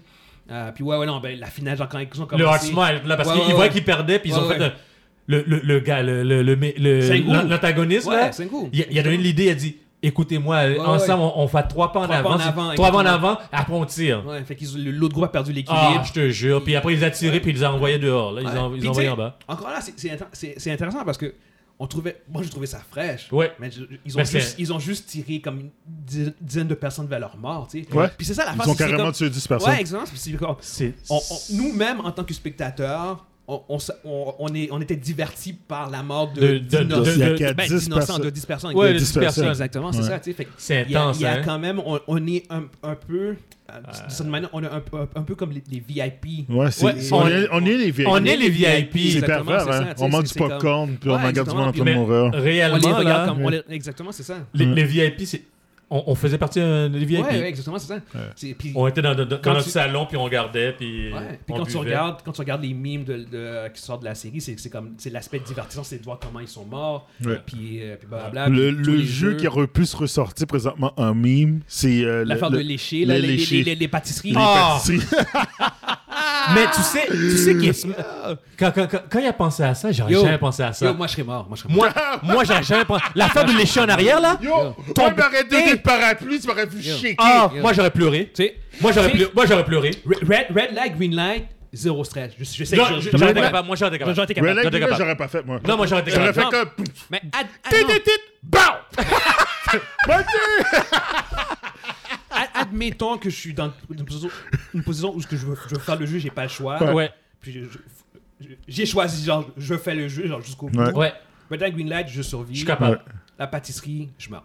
Speaker 1: Euh, puis ouais, ouais, non, ben, la finale, genre quand ils ont
Speaker 2: Le hard
Speaker 1: commencé.
Speaker 2: smile, là, parce
Speaker 1: Ouais,
Speaker 2: qu'ils
Speaker 1: ouais,
Speaker 2: voient
Speaker 1: ouais.
Speaker 2: qu'ils perdaient, puis ils
Speaker 1: Ouais,
Speaker 2: ont
Speaker 1: ouais.
Speaker 2: fait un- le, le, le gars, le, le, le,
Speaker 1: C'est un goût.
Speaker 2: le- l'antagoniste, là,
Speaker 1: ouais, c'est cool.
Speaker 2: il, a- il a donné l'idée, il a dit écoutez-moi, ensemble, On, on fait trois pas en
Speaker 1: Trois pas
Speaker 2: avant,
Speaker 1: en avant,
Speaker 2: trois pas en
Speaker 1: exactement.
Speaker 2: avant, après on tire.
Speaker 1: Ouais, fait qu'ils- l'autre groupe a perdu l'équilibre.
Speaker 2: Ah, je te jure. Puis après, ils les a tirés, puis ils les ont envoyés dehors. Là. Ils
Speaker 1: Ouais.
Speaker 2: ont, ils
Speaker 1: Puis
Speaker 2: ont envoyé
Speaker 1: tu sais,
Speaker 2: en bas.
Speaker 1: Encore là, c'est- c'est intér- c'est c'est intéressant parce que on trouvait, moi j'ai trouvé ça fraîche.
Speaker 2: Ouais.
Speaker 1: Mais je- ils ont,
Speaker 2: Mais
Speaker 1: juste,
Speaker 2: c'est-
Speaker 1: ils ont juste tiré comme une di- dizaine de personnes vers leur mort, tu sais.
Speaker 3: Ouais.
Speaker 1: Puis c'est ça la
Speaker 3: Ils
Speaker 1: face,
Speaker 3: ont
Speaker 1: c'est
Speaker 3: carrément
Speaker 1: comme-
Speaker 3: tué 10 personnes.
Speaker 1: Ouais, exactement. Puis c'est comme-
Speaker 2: C'est.
Speaker 1: on- on- Nous-mêmes, en tant que spectateurs, on, on, s- on, on est, on était divertis par la mort de,
Speaker 2: De- de-
Speaker 1: d'innocents.
Speaker 2: de-
Speaker 3: Il y a qu'à
Speaker 1: Ben,
Speaker 3: 10
Speaker 1: d'innocents,
Speaker 3: personnes.
Speaker 1: de 10 personnes.
Speaker 2: Ouais,
Speaker 1: de-
Speaker 2: les
Speaker 3: 10
Speaker 2: 10 personnes.
Speaker 1: Exactement, c'est
Speaker 3: Ouais.
Speaker 1: ça, tu sais. Fait que
Speaker 2: C'est
Speaker 1: il y a,
Speaker 2: intense,
Speaker 1: il y a
Speaker 2: hein.
Speaker 1: quand même, on, on est un, un peu, euh, d'une certaine manière, on est un, peu- un peu comme les, les VIP.
Speaker 3: Ouais, c'est-
Speaker 2: Ouais,
Speaker 3: on,
Speaker 2: on-
Speaker 3: est, on est les vieilles.
Speaker 2: on est les VIP.
Speaker 3: C'est
Speaker 1: exactement,
Speaker 3: pervers,
Speaker 1: c'est
Speaker 3: hein.
Speaker 1: ça, tu sais,
Speaker 3: on manque
Speaker 1: c'est-
Speaker 3: du
Speaker 1: c'est comme-
Speaker 3: popcorn, puis on
Speaker 1: Ouais,
Speaker 3: regarde du
Speaker 1: exactement,
Speaker 3: monde en
Speaker 1: puis-
Speaker 3: train de
Speaker 2: Mais
Speaker 3: mourir.
Speaker 1: On les
Speaker 2: Réellement,
Speaker 1: regarde
Speaker 2: là,
Speaker 1: comme. on les- exactement, c'est ça.
Speaker 2: les,
Speaker 3: Mm.
Speaker 2: les VIP, c'est- on, on faisait partie euh, des VIP.
Speaker 1: Ouais, ouais, exactement, c'est ça. C'est- puis-
Speaker 2: On était dans, dans- dans
Speaker 1: Quand
Speaker 2: notre
Speaker 1: tu-
Speaker 2: salon, puis on regardait, puis.
Speaker 1: Ouais. Puis
Speaker 2: on
Speaker 1: quand tu,
Speaker 2: buvait.
Speaker 1: regardes, quand tu regardes les mimes de, de- qui sortent de la série, c'est c'est comme c'est l'aspect divertissant, c'est de voir comment ils sont morts,
Speaker 3: Ouais.
Speaker 1: puis, euh, puis blablabla.
Speaker 3: Le,
Speaker 1: puis tous
Speaker 3: le
Speaker 1: les
Speaker 3: jeu
Speaker 1: jeux.
Speaker 3: qui aurait pu se ressortir présentement en mime, c'est euh, le-
Speaker 1: L'affaire
Speaker 3: le-
Speaker 1: de lécher, là,
Speaker 3: le
Speaker 1: les, les-
Speaker 3: lécher.
Speaker 1: les- les pâtisseries.
Speaker 3: les
Speaker 1: Ah!
Speaker 3: pâtisseries.
Speaker 2: Mais tu sais, tu sais qu'il est- quand, quand, quand, quand il a pensé à ça, j'aurais
Speaker 1: Yo.
Speaker 2: Ah, jamais pensé à ça.
Speaker 1: Yo, moi, je serais mort. Moi, je serais mort.
Speaker 2: Moi, moi j'aurais jamais pensé. L'affaire de l'échelle en arrière, là
Speaker 3: Yo, toi, il m'aurait donné le parapluie, tu m'aurais vu shaker.
Speaker 2: Ah,
Speaker 1: Yo.
Speaker 2: moi j'aurais pleuré.
Speaker 1: Tu sais,
Speaker 2: Moi j'aurais
Speaker 1: tu sais,
Speaker 2: pleuré. Moi j'aurais pleuré.
Speaker 1: re- Red, red light, green light, zéro stress. Je, je sais que
Speaker 2: Non,
Speaker 1: je-
Speaker 2: J'aurais été
Speaker 1: j'aurais-
Speaker 2: capable. Moi j'aurais été
Speaker 1: j'aurais
Speaker 2: capable.
Speaker 1: été capable.
Speaker 3: Red Light
Speaker 2: J'étais
Speaker 3: Green,
Speaker 2: capable.
Speaker 3: j'aurais pas fait, moi.
Speaker 2: Non, moi j'aurais été
Speaker 3: J'aurais
Speaker 2: capable.
Speaker 3: fait
Speaker 1: non.
Speaker 3: comme... pouf,
Speaker 1: Mais ad- ad-
Speaker 3: tit,
Speaker 1: non,
Speaker 3: tit, tit, BAM! Bon Dieu!
Speaker 1: ad- admettons que je suis dans une position, une position où ce que je veux, je veux faire le jeu, j'ai pas le choix.
Speaker 2: Ouais.
Speaker 1: Puis je- je- j'ai choisi, genre, je fais le jeu genre, jusqu'au bout.
Speaker 3: Ouais.
Speaker 2: Ouais.
Speaker 1: Red light, green light, je survis.
Speaker 2: Je suis capable.
Speaker 1: La pâtisserie, je meurs.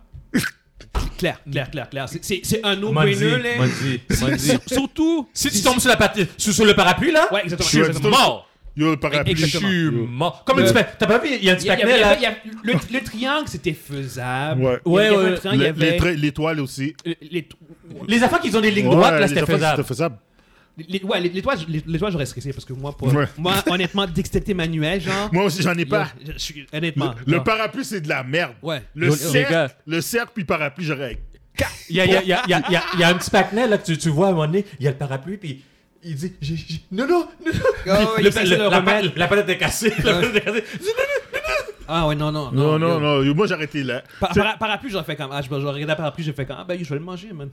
Speaker 1: clair, clair, clair, clair. C'est- C'est c'est un
Speaker 2: Mondi,
Speaker 1: no-brainer, là.
Speaker 2: Mondi, Mondi.
Speaker 1: Sur- Surtout.
Speaker 2: Si tu tombes sur, la pati- sur, sur le parapluie, là,
Speaker 1: Ouais, exactement.
Speaker 2: je suis
Speaker 1: exactement.
Speaker 2: mort.
Speaker 3: Yo, le parapluie.
Speaker 2: Je
Speaker 1: Exactement.
Speaker 2: suis
Speaker 3: Yo.
Speaker 2: mort. Comme
Speaker 1: Le-
Speaker 2: une tu T'as pas vu, il y a un
Speaker 1: Il
Speaker 2: petit
Speaker 1: y a- il y
Speaker 2: pacnet,
Speaker 1: avait-
Speaker 2: là.
Speaker 1: il y avait- le, le triangle, c'était faisable.
Speaker 3: Ouais.
Speaker 1: Il y avait
Speaker 2: Ouais,
Speaker 1: un
Speaker 2: ouais.
Speaker 1: triangle, il y
Speaker 3: Le-
Speaker 1: avait. euh,
Speaker 3: les traits- L'étoile aussi.
Speaker 1: les-
Speaker 2: Les affaires qui ont des lignes
Speaker 3: Ouais,
Speaker 2: droites, là,
Speaker 3: les
Speaker 2: c'était
Speaker 3: affaires,
Speaker 2: faisable.
Speaker 3: C'était faisable.
Speaker 1: les- les- ouais, les- les toits, je- les- les toits, j'aurais stressé parce que moi, pour-
Speaker 3: Ouais.
Speaker 1: moi honnêtement, dextérité manuelle, genre.
Speaker 3: Moi aussi, j'en ai pas.
Speaker 1: yo, je- je suis-
Speaker 3: Le,
Speaker 1: honnêtement.
Speaker 3: le
Speaker 1: genre.
Speaker 3: parapluie, c'est de la merde.
Speaker 1: Ouais.
Speaker 3: Le
Speaker 2: Yo, les gars.
Speaker 3: cercle, le cercle puis parapluie, j'aurais.
Speaker 2: Il y a, il y a- il y a- il y a- il y a- il y a un petit pacnet là que tu, tu vois à un moment donné, il y a le parapluie puis il dit J'ai- j'ai- non non non. non. Puis
Speaker 1: Oh, il essaie de le
Speaker 2: la,
Speaker 1: remettre.
Speaker 2: pa- la patate est cassée, la patate est cassée. Il dit, Non, non.
Speaker 1: Ah ouais, non, non. Non,
Speaker 3: Non, non,
Speaker 1: yo.
Speaker 3: non. yo, Moi, j'arrêtais là.
Speaker 1: Par- par- parapluie, j'aurais fait comme. Ah, je je regardais la parapluie, j'ai fait comme. Ah, ben, je vais le manger, man.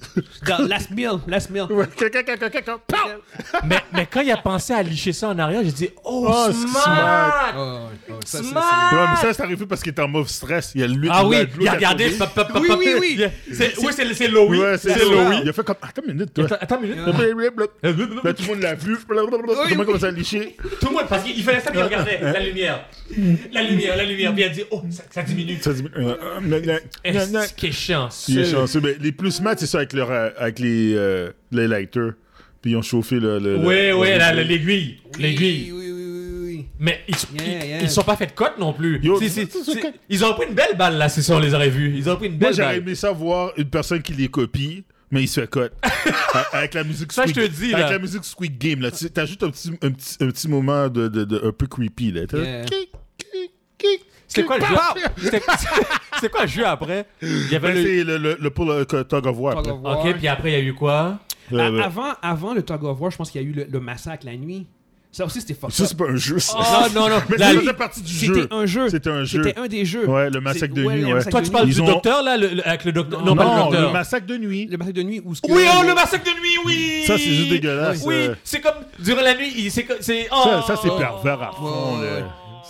Speaker 1: Dans last meal, last meal.
Speaker 3: Ouais, cac, cac, cac, cac, cac, pow!
Speaker 2: mais, mais quand il a pensé à licher ça en arrière, j'ai dit oh, smart,
Speaker 3: Oh, smart.
Speaker 2: smart.
Speaker 1: Oh, ouais, ouais, ça, c'est-
Speaker 3: Ouais, mais ça, c'est arrivé parce qu'il était en mauve stress. Il y a lui.
Speaker 2: Ah oui,
Speaker 3: de l'eau
Speaker 2: il a
Speaker 3: qui
Speaker 2: regardé.
Speaker 3: tombé.
Speaker 2: pop, pop, pop,
Speaker 1: Oui,
Speaker 2: pop.
Speaker 1: oui, oui.
Speaker 2: Il a- c'est- Oui, c'est c'est Loïc.
Speaker 3: Ouais, c'est
Speaker 2: C'est Loïc.
Speaker 3: Il a fait comme. Attends une minute, toi.
Speaker 2: Attends, attends une minute.
Speaker 3: Là, tout
Speaker 2: Euh,
Speaker 3: le monde l'a vu. Tout le monde commence à licher.
Speaker 2: Tout le monde, parce qu'il fallait ça, puis il regardait la lumière. La lumière, la lumière. Puis il a dit, oh, ça, ça diminue.
Speaker 3: Ça dit. euh, euh, gna, gna, gna, gna.
Speaker 2: Est-ce qu'il est
Speaker 3: Il est
Speaker 2: chanceux.
Speaker 3: chanceux. Mais les plus mat, c'est ça avec, leur, euh, avec les, euh, les lighters. Puis ils ont chauffé le. le- le-
Speaker 2: Ouais,
Speaker 3: le-
Speaker 2: ouais,
Speaker 3: le-
Speaker 2: la- la- l'aiguille.
Speaker 1: Oui, oui,
Speaker 2: L'aiguille.
Speaker 1: oui, oui, oui.
Speaker 2: Mais ils, ils-
Speaker 1: Yeah, yeah.
Speaker 2: ils sont pas faits de cote non plus.
Speaker 3: Yo,
Speaker 2: C'est- c'est-
Speaker 3: c'est-
Speaker 2: c'est-
Speaker 3: c'est-
Speaker 2: ils ont pris une belle balle là, si on les aurait vus. Ils ont pris une
Speaker 3: Moi,
Speaker 2: belle
Speaker 3: j'aurais
Speaker 2: balle.
Speaker 3: aimé ça voir une personne qui les copie, mais il se fait cote. A- avec la musique
Speaker 2: Ça, je
Speaker 3: Squid
Speaker 2: te dis,
Speaker 3: Avec
Speaker 2: là.
Speaker 3: la musique Squid Game, là. Tu- T'as juste un petit, un petit, un petit moment de, de, de- un peu creepy, là. T'as-
Speaker 1: Yeah.
Speaker 3: Kick, kick, kick,
Speaker 2: C'était
Speaker 3: kick,
Speaker 2: quoi le jeu
Speaker 3: pow!
Speaker 2: C'était c'était quoi le jeu après Il y avait
Speaker 3: Ben,
Speaker 2: le.
Speaker 3: C'est le, le, le pour le que Tug of War.
Speaker 1: Tug
Speaker 3: après.
Speaker 1: of War.
Speaker 2: Ok, puis après il y a eu quoi
Speaker 1: A-
Speaker 3: Euh,
Speaker 2: ah,
Speaker 1: avant, avant le Tug of War, je pense qu'il y a eu le, le massacre la nuit. Ça aussi, c'était fucked
Speaker 3: Ça,
Speaker 1: up.
Speaker 3: c'est pas un jeu, ça.
Speaker 2: Ah, Non, non, non.
Speaker 3: Mais
Speaker 2: la-
Speaker 3: ça faisait partie du jeu.
Speaker 1: C'était un jeu.
Speaker 3: C'était un jeu.
Speaker 1: C'était un des jeux.
Speaker 3: Ouais, le massacre
Speaker 1: C'est-
Speaker 3: de nuit,
Speaker 1: le
Speaker 3: ouais.
Speaker 1: massacre
Speaker 2: Toi,
Speaker 1: de
Speaker 2: tu
Speaker 1: nuit.
Speaker 2: parles du
Speaker 3: ont-
Speaker 2: docteur là, le- le- avec le docteur. Non, pas le
Speaker 3: Non, le
Speaker 2: docteur.
Speaker 3: massacre de nuit.
Speaker 1: Le massacre de nuit où ce que-
Speaker 2: Oui, oh, le massacre de nuit, oui
Speaker 3: Ça, c'est juste dégueulasse,
Speaker 2: Oui,
Speaker 3: euh.
Speaker 2: c'est comme durant la nuit, il- c'est. co- c'est- oh.
Speaker 3: Ça, ça c'est pervers à fond,
Speaker 1: Ouais, ouais,
Speaker 3: là.
Speaker 1: ouais.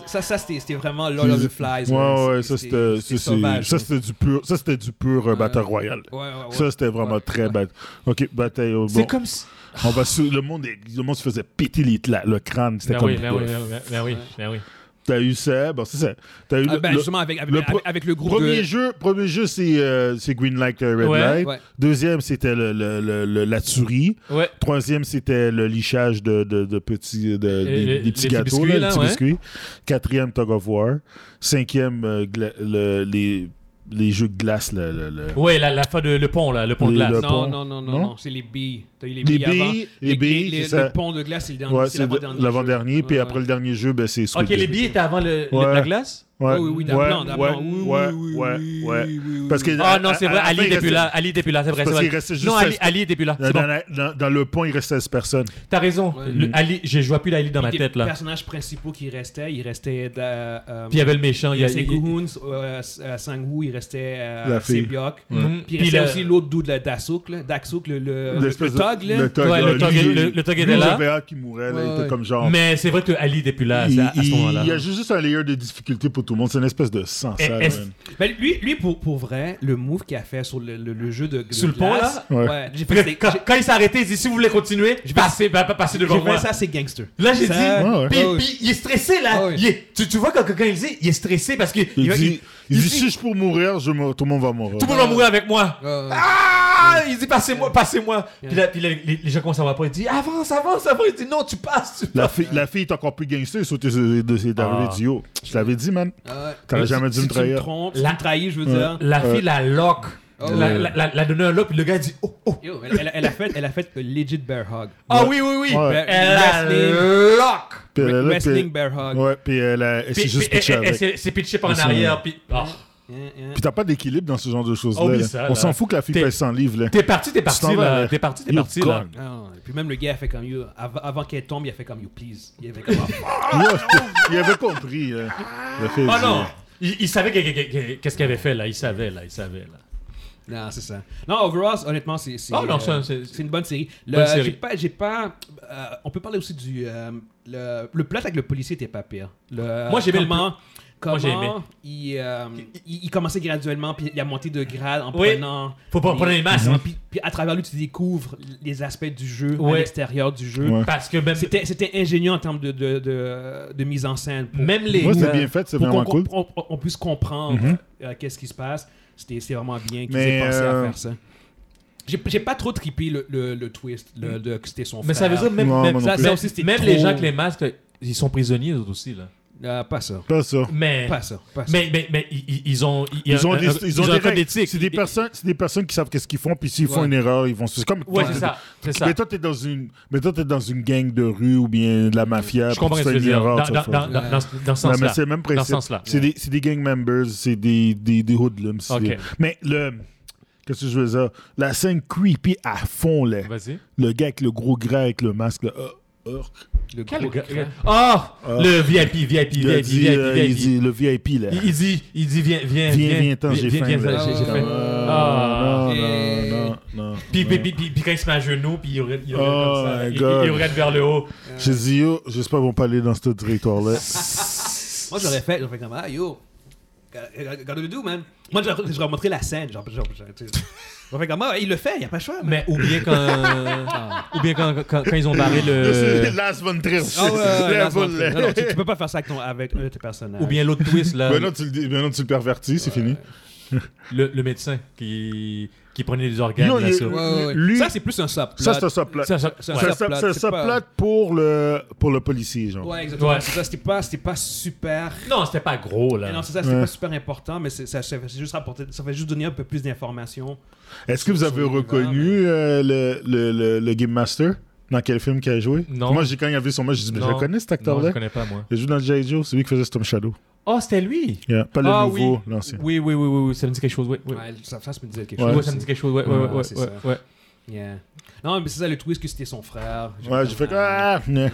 Speaker 1: Ça, ça c'était c'était vraiment Lord of the Flies.
Speaker 3: Ouais, ouais, ça c'était ça, c'est-
Speaker 1: sauvage,
Speaker 3: ça,
Speaker 1: ça.
Speaker 3: c'était du pur, ça c'était du pur euh, battle royal.
Speaker 1: Ouais, ouais, ouais.
Speaker 3: Ça c'était vraiment
Speaker 1: Ouais.
Speaker 3: très bad. Ok, bataille. euh,
Speaker 2: C'est
Speaker 3: Bon,
Speaker 2: comme. si-
Speaker 3: on va sur- le monde, est- le monde se faisait péter les tla- le crâne. C'était
Speaker 2: Ben
Speaker 3: comme.
Speaker 2: oui, ben oui, ben oui, ben oui, ben oui.
Speaker 3: T'as eu ça, bon c'est ça. T'as eu
Speaker 1: Ah,
Speaker 3: le,
Speaker 1: ben,
Speaker 3: le-
Speaker 1: justement, avec, avec,
Speaker 3: le
Speaker 1: avec,
Speaker 3: pro-
Speaker 1: avec le groupe
Speaker 3: premier
Speaker 1: de...
Speaker 3: jeu, premier jeu c'est euh, c'est Green Light euh, Red
Speaker 2: Ouais.
Speaker 3: Light.
Speaker 1: Ouais.
Speaker 3: Deuxième c'était le, le- le- le- la tuerie.
Speaker 2: Ouais.
Speaker 3: Troisième, c'était le lichage de, de, de petits, de-
Speaker 1: Euh,
Speaker 3: des,
Speaker 2: les-
Speaker 3: des
Speaker 2: les
Speaker 3: petits
Speaker 2: petits
Speaker 3: gâteaux,
Speaker 2: biscuits,
Speaker 3: là,
Speaker 2: là,
Speaker 3: les petits
Speaker 2: ouais.
Speaker 3: biscuits. Quatrième, Tug of War. Cinquième, euh, gla- le- les, les jeux de glace, le, le- le-
Speaker 2: Ouais, la, la fin de le pont, là, le pont de
Speaker 3: Le-
Speaker 2: glace.
Speaker 3: le-
Speaker 1: non,
Speaker 3: pont.
Speaker 1: non, non, non,
Speaker 3: Non?
Speaker 1: non, c'est les billes. T'as eu les
Speaker 3: Les
Speaker 1: billes, avant.
Speaker 3: billes, les billes,
Speaker 1: les-
Speaker 3: c'est ça.
Speaker 1: le pont de glace, c'est le dernier.
Speaker 3: Ouais,
Speaker 1: c'est
Speaker 3: c'est
Speaker 1: l'avant-dernier.
Speaker 3: l'avant-dernier,
Speaker 1: jeu.
Speaker 3: puis
Speaker 1: Ouais,
Speaker 3: après
Speaker 1: ouais.
Speaker 3: le dernier jeu, ben, c'est Squid
Speaker 2: Ok, les
Speaker 3: Game.
Speaker 2: billets étaient avant le, le-
Speaker 3: Ouais.
Speaker 2: la glace.
Speaker 3: Ouais,
Speaker 1: Oui, oui, oui,
Speaker 3: ouais,
Speaker 1: d'appelant, d'appelant.
Speaker 3: ouais,
Speaker 1: Oui,
Speaker 3: ouais,
Speaker 1: oui, oui,
Speaker 3: ouais,
Speaker 1: oui,
Speaker 3: ouais.
Speaker 1: oui, oui,
Speaker 3: Parce que
Speaker 1: oui.
Speaker 2: Ah
Speaker 3: à-
Speaker 2: non, c'est
Speaker 3: à-
Speaker 2: vrai,
Speaker 3: à la fin,
Speaker 2: Ali
Speaker 3: il
Speaker 2: était plus
Speaker 3: restait-
Speaker 2: là. Ali était plus là, c'est vrai.
Speaker 3: Parce
Speaker 2: c'est
Speaker 3: qu'il
Speaker 2: vrai.
Speaker 3: restait juste
Speaker 2: non, Ali,
Speaker 3: seize-
Speaker 2: Ali était plus là.
Speaker 3: Dans,
Speaker 2: C'est bon.
Speaker 3: la- dans- dans le pont, il restait 16 personnes.
Speaker 2: T'as raison.
Speaker 1: Ouais.
Speaker 2: Le- Ali, je vois plus l'Ali dans ma
Speaker 1: Des
Speaker 2: tête là.
Speaker 1: personnages principaux qui restaient, il restait. euh, euh,
Speaker 2: Puis il y avait le méchant.
Speaker 1: il
Speaker 2: Il y a-
Speaker 1: restait
Speaker 2: il-
Speaker 1: Guhun, euh, S- euh, Sangwoo, il restait euh,
Speaker 3: La fille.
Speaker 1: Sebiok.
Speaker 2: Mhm.
Speaker 1: Puis il
Speaker 2: Puis
Speaker 1: restait
Speaker 2: le-
Speaker 1: aussi l'autre dude, le Dasuk, là. Daksuk, le,
Speaker 2: Euh,
Speaker 1: le, le,
Speaker 3: L'espèce de-
Speaker 1: Tog, là.
Speaker 3: Le Tog,
Speaker 2: Ouais,
Speaker 3: là,
Speaker 2: le Tog-
Speaker 3: lui,
Speaker 2: le- le Tog
Speaker 3: lui,
Speaker 2: était là.
Speaker 3: j'avais hâte qu'il mourait, là,
Speaker 1: Ouais,
Speaker 3: il
Speaker 1: ouais.
Speaker 3: était comme genre...
Speaker 2: Mais c'est vrai que Ali était plus là c'est
Speaker 3: il,
Speaker 2: à, à ce
Speaker 3: il-
Speaker 2: moment-là.
Speaker 3: il y a juste un layer de difficulté pour tout le monde. C'est une espèce de sans
Speaker 2: Et-
Speaker 3: salle,
Speaker 2: est-ce-
Speaker 3: man.
Speaker 1: Mais lui, lui pour, pour vrai, le move qu'il a fait sur le, le- le jeu de. de
Speaker 2: Sur le pont,
Speaker 1: glace,
Speaker 3: là? Ouais.
Speaker 1: Ouais. J'ai
Speaker 2: Parce
Speaker 1: fait,
Speaker 2: que
Speaker 1: c'est-
Speaker 2: Quand, quand il s'est arrêté, il dit si vous voulez continuer, je passez, pa- pa- passez devant
Speaker 1: j'ai fait
Speaker 2: moi.
Speaker 1: ça, c'est gangster.
Speaker 2: Là, j'ai dit,
Speaker 1: Ça-
Speaker 3: Ouais, ouais.
Speaker 2: puis-
Speaker 1: Ah oui.
Speaker 2: puis il est stressé là.
Speaker 1: Ah oui.
Speaker 2: Il est- tu, tu vois quand quelqu'un il dit, il est stressé parce que
Speaker 3: Il,
Speaker 2: il va-
Speaker 3: dit,
Speaker 2: il-
Speaker 3: il
Speaker 2: il
Speaker 3: dit,
Speaker 2: dit-
Speaker 3: si je pour mourir, je meurs- tout le monde va mourir.
Speaker 2: tout le monde va mourir avec moi.
Speaker 1: Euh,
Speaker 2: Ah Il dit passez-moi, passez-moi.
Speaker 1: Yeah.
Speaker 2: Puis là, puis là, les, les gens commencent à voir pas. Il dit avance, avance, avance. Il dit non, tu passes, tu passes.
Speaker 3: La, fille, la fille est encore plus gangster, sauter de, de, de, d'arriver
Speaker 2: Ah.
Speaker 3: du haut. Je t'avais dit, man.
Speaker 1: ouais.
Speaker 3: T'aurais jamais dû
Speaker 1: Si
Speaker 3: me trahir.
Speaker 1: Tu me trompes, si tu
Speaker 2: La-
Speaker 1: me trahis, je veux
Speaker 3: Ouais.
Speaker 1: dire.
Speaker 2: La
Speaker 3: Ouais.
Speaker 2: fille la lock.
Speaker 1: Oh.
Speaker 2: La, la, la, la donné un lock, puis le gars il dit oh, oh.
Speaker 1: Yo, elle, elle- elle a fait, elle a fait le legit bear hug.
Speaker 2: Ah oui, oui, oui.
Speaker 1: Ben,
Speaker 3: Ouais.
Speaker 2: Elle a
Speaker 1: Wrestling.
Speaker 2: lock.
Speaker 3: Puis elle est là, puis-
Speaker 1: Wrestling bear hug.
Speaker 3: Ouais, puis elle, a- elle s'est
Speaker 2: Puis-
Speaker 3: juste
Speaker 2: puis- eh,
Speaker 3: pitchée
Speaker 2: elle- elle-
Speaker 3: avec.
Speaker 2: elle s'est- s'est pitchée par en
Speaker 3: Ils sont-
Speaker 2: arrière, puis. oh.
Speaker 1: Yeah, yeah.
Speaker 3: Puis t'as pas d'équilibre dans ce genre de choses-là.
Speaker 2: Oublie
Speaker 3: là.
Speaker 2: Oh ça,
Speaker 3: On
Speaker 2: là.
Speaker 3: s'en fout que la fille
Speaker 2: T'es-
Speaker 3: pèse 100 livres, là.
Speaker 2: T'es parti, t'es parti,
Speaker 3: t'en vas,
Speaker 2: là.
Speaker 3: là.
Speaker 2: T'es parti, t'es
Speaker 3: You're
Speaker 2: parti, là.
Speaker 3: gone.
Speaker 1: Ah, non. Et puis même le gars a fait comme you. Avant, avant qu'elle tombe, il a fait comme you, please. Il avait comme.
Speaker 3: Ouais, Il avait compris, là. La fille,
Speaker 2: Oh
Speaker 3: elle dit,
Speaker 2: non! Il, il savait que- que- que- qu'est-ce qu'il avait fait, là. Il savait, là. Il savait, là.
Speaker 1: non, c'est ça. Non, overall, honnêtement, c'est. c'est,
Speaker 2: Oh non,
Speaker 1: euh,
Speaker 2: ça, c'est-
Speaker 1: c'est une bonne série. Le-
Speaker 2: Bonne série.
Speaker 1: J'ai pas. J'ai pas euh, on peut parler aussi du. euh, le, le plot avec le policier était pas pire. Le,
Speaker 2: Moi, j'ai aimé le
Speaker 1: comment, Comment
Speaker 2: Moi, j'ai aimé.
Speaker 1: Il, euh, il, il commençait graduellement, puis il a monté de grade en
Speaker 2: Oui.
Speaker 1: prenant.
Speaker 2: Faut pas
Speaker 1: les-
Speaker 2: prendre les masques.
Speaker 3: Mhm.
Speaker 2: hein.
Speaker 1: Puis, puis à travers lui, tu découvres les aspects du jeu, à
Speaker 2: Ouais.
Speaker 1: l'extérieur du jeu.
Speaker 3: Ouais.
Speaker 2: Parce que même,
Speaker 1: C'était, c'était ingénieux en termes de, de, de, de mise en scène. pour- euh,
Speaker 2: même les.
Speaker 3: Moi, c'est bien fait, c'est
Speaker 1: pour qu'on
Speaker 3: vraiment cool. Mhm.
Speaker 1: comp- on, on puisse comprendre euh, qu'est-ce qui se passe. C'était, c'est vraiment bien qu'ils
Speaker 3: Mais,
Speaker 1: aient pensé à
Speaker 3: euh,
Speaker 1: faire ça. J'ai, j'ai pas trop trippé le, le, le twist le, de que c'était son
Speaker 2: Mm. Mais ça
Speaker 1: frère.
Speaker 2: veut dire, même,
Speaker 3: Non,
Speaker 2: même,
Speaker 3: moi non
Speaker 2: ça-
Speaker 1: plus.
Speaker 2: ça
Speaker 1: Ça
Speaker 2: aussi,
Speaker 1: aussi, c'était
Speaker 2: même les
Speaker 1: trop-
Speaker 2: gens avec les masques, ils sont prisonniers, eux aussi, là.
Speaker 1: Euh, pas ça.
Speaker 3: Pas ça.
Speaker 2: Mais.
Speaker 1: Pas ça. Pas ça.
Speaker 2: Mais, mais, mais ils- ils ils ont. il y a
Speaker 3: Ils ont
Speaker 2: un-
Speaker 3: des,
Speaker 2: un-
Speaker 3: ils ont
Speaker 2: un
Speaker 3: des
Speaker 2: code
Speaker 3: règles.
Speaker 2: d'éthique.
Speaker 3: C'est des personnes, c'est des personnes qui savent qu'est-ce qu'ils font, puis s'ils font
Speaker 1: Ouais.
Speaker 3: une erreur, ils vont. C'est comme.
Speaker 2: Ouais, c'est ça. C'est ça.
Speaker 3: Mais toi, t'es dans une, mais toi, t'es dans une gang de rue ou bien de la mafia.
Speaker 2: Je
Speaker 3: puis
Speaker 2: comprends
Speaker 3: tu
Speaker 2: ce que
Speaker 3: fais
Speaker 2: tu veux
Speaker 3: une
Speaker 2: dire.
Speaker 3: erreur,
Speaker 2: Dans,
Speaker 3: tu
Speaker 2: dans,
Speaker 3: fais-
Speaker 2: dans,
Speaker 1: Ouais.
Speaker 2: dans, dans ce
Speaker 3: Ouais, mais
Speaker 2: sens-là.
Speaker 3: c'est le même
Speaker 2: Dans ce
Speaker 3: principe.
Speaker 2: sens-là.
Speaker 3: C'est des, c'est des gang members, c'est des, des, des hoodlums. c'est-
Speaker 2: Ok.
Speaker 3: Mais le. Qu'est-ce que je veux dire? La scène creepy à fond, là.
Speaker 2: Vas-y.
Speaker 3: Le gars avec le gros gras, avec le masque, là. euh, euh,
Speaker 1: Le
Speaker 2: Quel
Speaker 1: gros
Speaker 2: gars-
Speaker 1: cran.
Speaker 2: Ah! Le VIP, VIP,
Speaker 3: il a
Speaker 2: VIP,
Speaker 3: dit, euh, il
Speaker 2: VIP.
Speaker 3: dit, le VIP, là.
Speaker 2: Il, il dit, il dit, viens, viens,
Speaker 3: Viens, viens, attends, j'ai
Speaker 2: viens,
Speaker 3: faim,
Speaker 2: viens,
Speaker 3: là.
Speaker 2: j'ai- j'ai
Speaker 1: Ah.
Speaker 2: faim. Ah.
Speaker 3: Non, non,
Speaker 1: Et-
Speaker 3: non, non, non.
Speaker 2: Puis,
Speaker 3: non.
Speaker 2: puis, puis, puis, puis quand il se met à genoux, puis il regarde, il regarde
Speaker 3: Oh
Speaker 2: comme ça,
Speaker 3: my
Speaker 2: il,
Speaker 3: God.
Speaker 2: il regarde vers le haut.
Speaker 3: J'ai dit, yo, j'espère qu'ils vont pas aller dans ce territoire-là.
Speaker 1: Moi, j'aurais fait, j'aurais fait comme, ah, yo, gotta do, man. Moi, j'aurais, j'aurais montré la scène. Genre, genre, genre, tu sais. j'aurais fait comme, ah, il le fait, il a pas le choix. man.
Speaker 2: Mais ou bien quand, ou bien quand, quand, quand ils ont barré le,
Speaker 3: Last Von Trier.
Speaker 1: Ah ouais, ouais, ouais,
Speaker 3: La
Speaker 1: non, c'est-
Speaker 3: boule, là.
Speaker 1: non, non, tu, tu peux pas faire ça avec, ton, avec un de tes personnages.
Speaker 2: ou bien l'autre twist là,
Speaker 3: Maintenant, tu le dis- maintenant, tu le pervertis, c'est fini.
Speaker 2: le, le médecin qui, qui prenait des organes
Speaker 3: Yo,
Speaker 2: là,
Speaker 3: il-
Speaker 2: sur-
Speaker 1: Ouais, ouais, ouais.
Speaker 3: Lui-
Speaker 1: ça, c'est plus un subplot.
Speaker 3: Ça, c'est un subplot.
Speaker 2: Ça, ça-
Speaker 1: Ça,
Speaker 2: ouais.
Speaker 3: C'est un
Speaker 1: subplot,
Speaker 3: sub- c'est un
Speaker 1: c'est pas-
Speaker 3: subplot pour le pour le policier, genre.
Speaker 1: Ouais, exactement.
Speaker 2: Ouais.
Speaker 1: C'est ça, c'était pas, c'était pas super.
Speaker 2: Non, c'était pas gros
Speaker 1: Mais
Speaker 2: là.
Speaker 1: Non, c'est ça, c'était
Speaker 3: Ouais.
Speaker 1: pas super important, mais c'est, ça, ça fait juste rapporter, ça fait juste donner un peu plus d'informations.
Speaker 3: Est-ce que vous avez
Speaker 1: Sur- sur
Speaker 3: reconnu euh, le, le, le, le Game Master dans quel film qu'il a joué
Speaker 2: Non.
Speaker 3: Moi, j'ai, quand il a vu son match, j'ai dit mais
Speaker 2: Non.
Speaker 3: je le connais cet
Speaker 2: non, je
Speaker 3: acteur-là.
Speaker 2: le connais pas moi.
Speaker 3: Il joue dans le G.I. Joe, c'est lui qui faisait Storm Shadow.
Speaker 2: Oh, c'était lui.
Speaker 3: Yeah, Pas le
Speaker 2: ah,
Speaker 3: nouveau,
Speaker 2: oui.
Speaker 3: l'ancien.
Speaker 2: oui, oui, oui, oui, oui, ça me dit quelque chose. Oui, oui.
Speaker 1: Ouais, ça, ça, ça me disait quelque
Speaker 3: Ouais.
Speaker 2: Ouais,
Speaker 1: chose.
Speaker 2: ça me dit quelque chose. Ouais, ouais, ouais,
Speaker 1: Ouais,
Speaker 2: ouais,
Speaker 1: c'est
Speaker 2: ouais,
Speaker 1: ça.
Speaker 2: ouais.
Speaker 1: Yeah. Non, mais c'est ça le twist que c'était son frère.
Speaker 3: Ouais, j'ai fait
Speaker 1: comme,
Speaker 3: ah, nah.
Speaker 1: Yeah.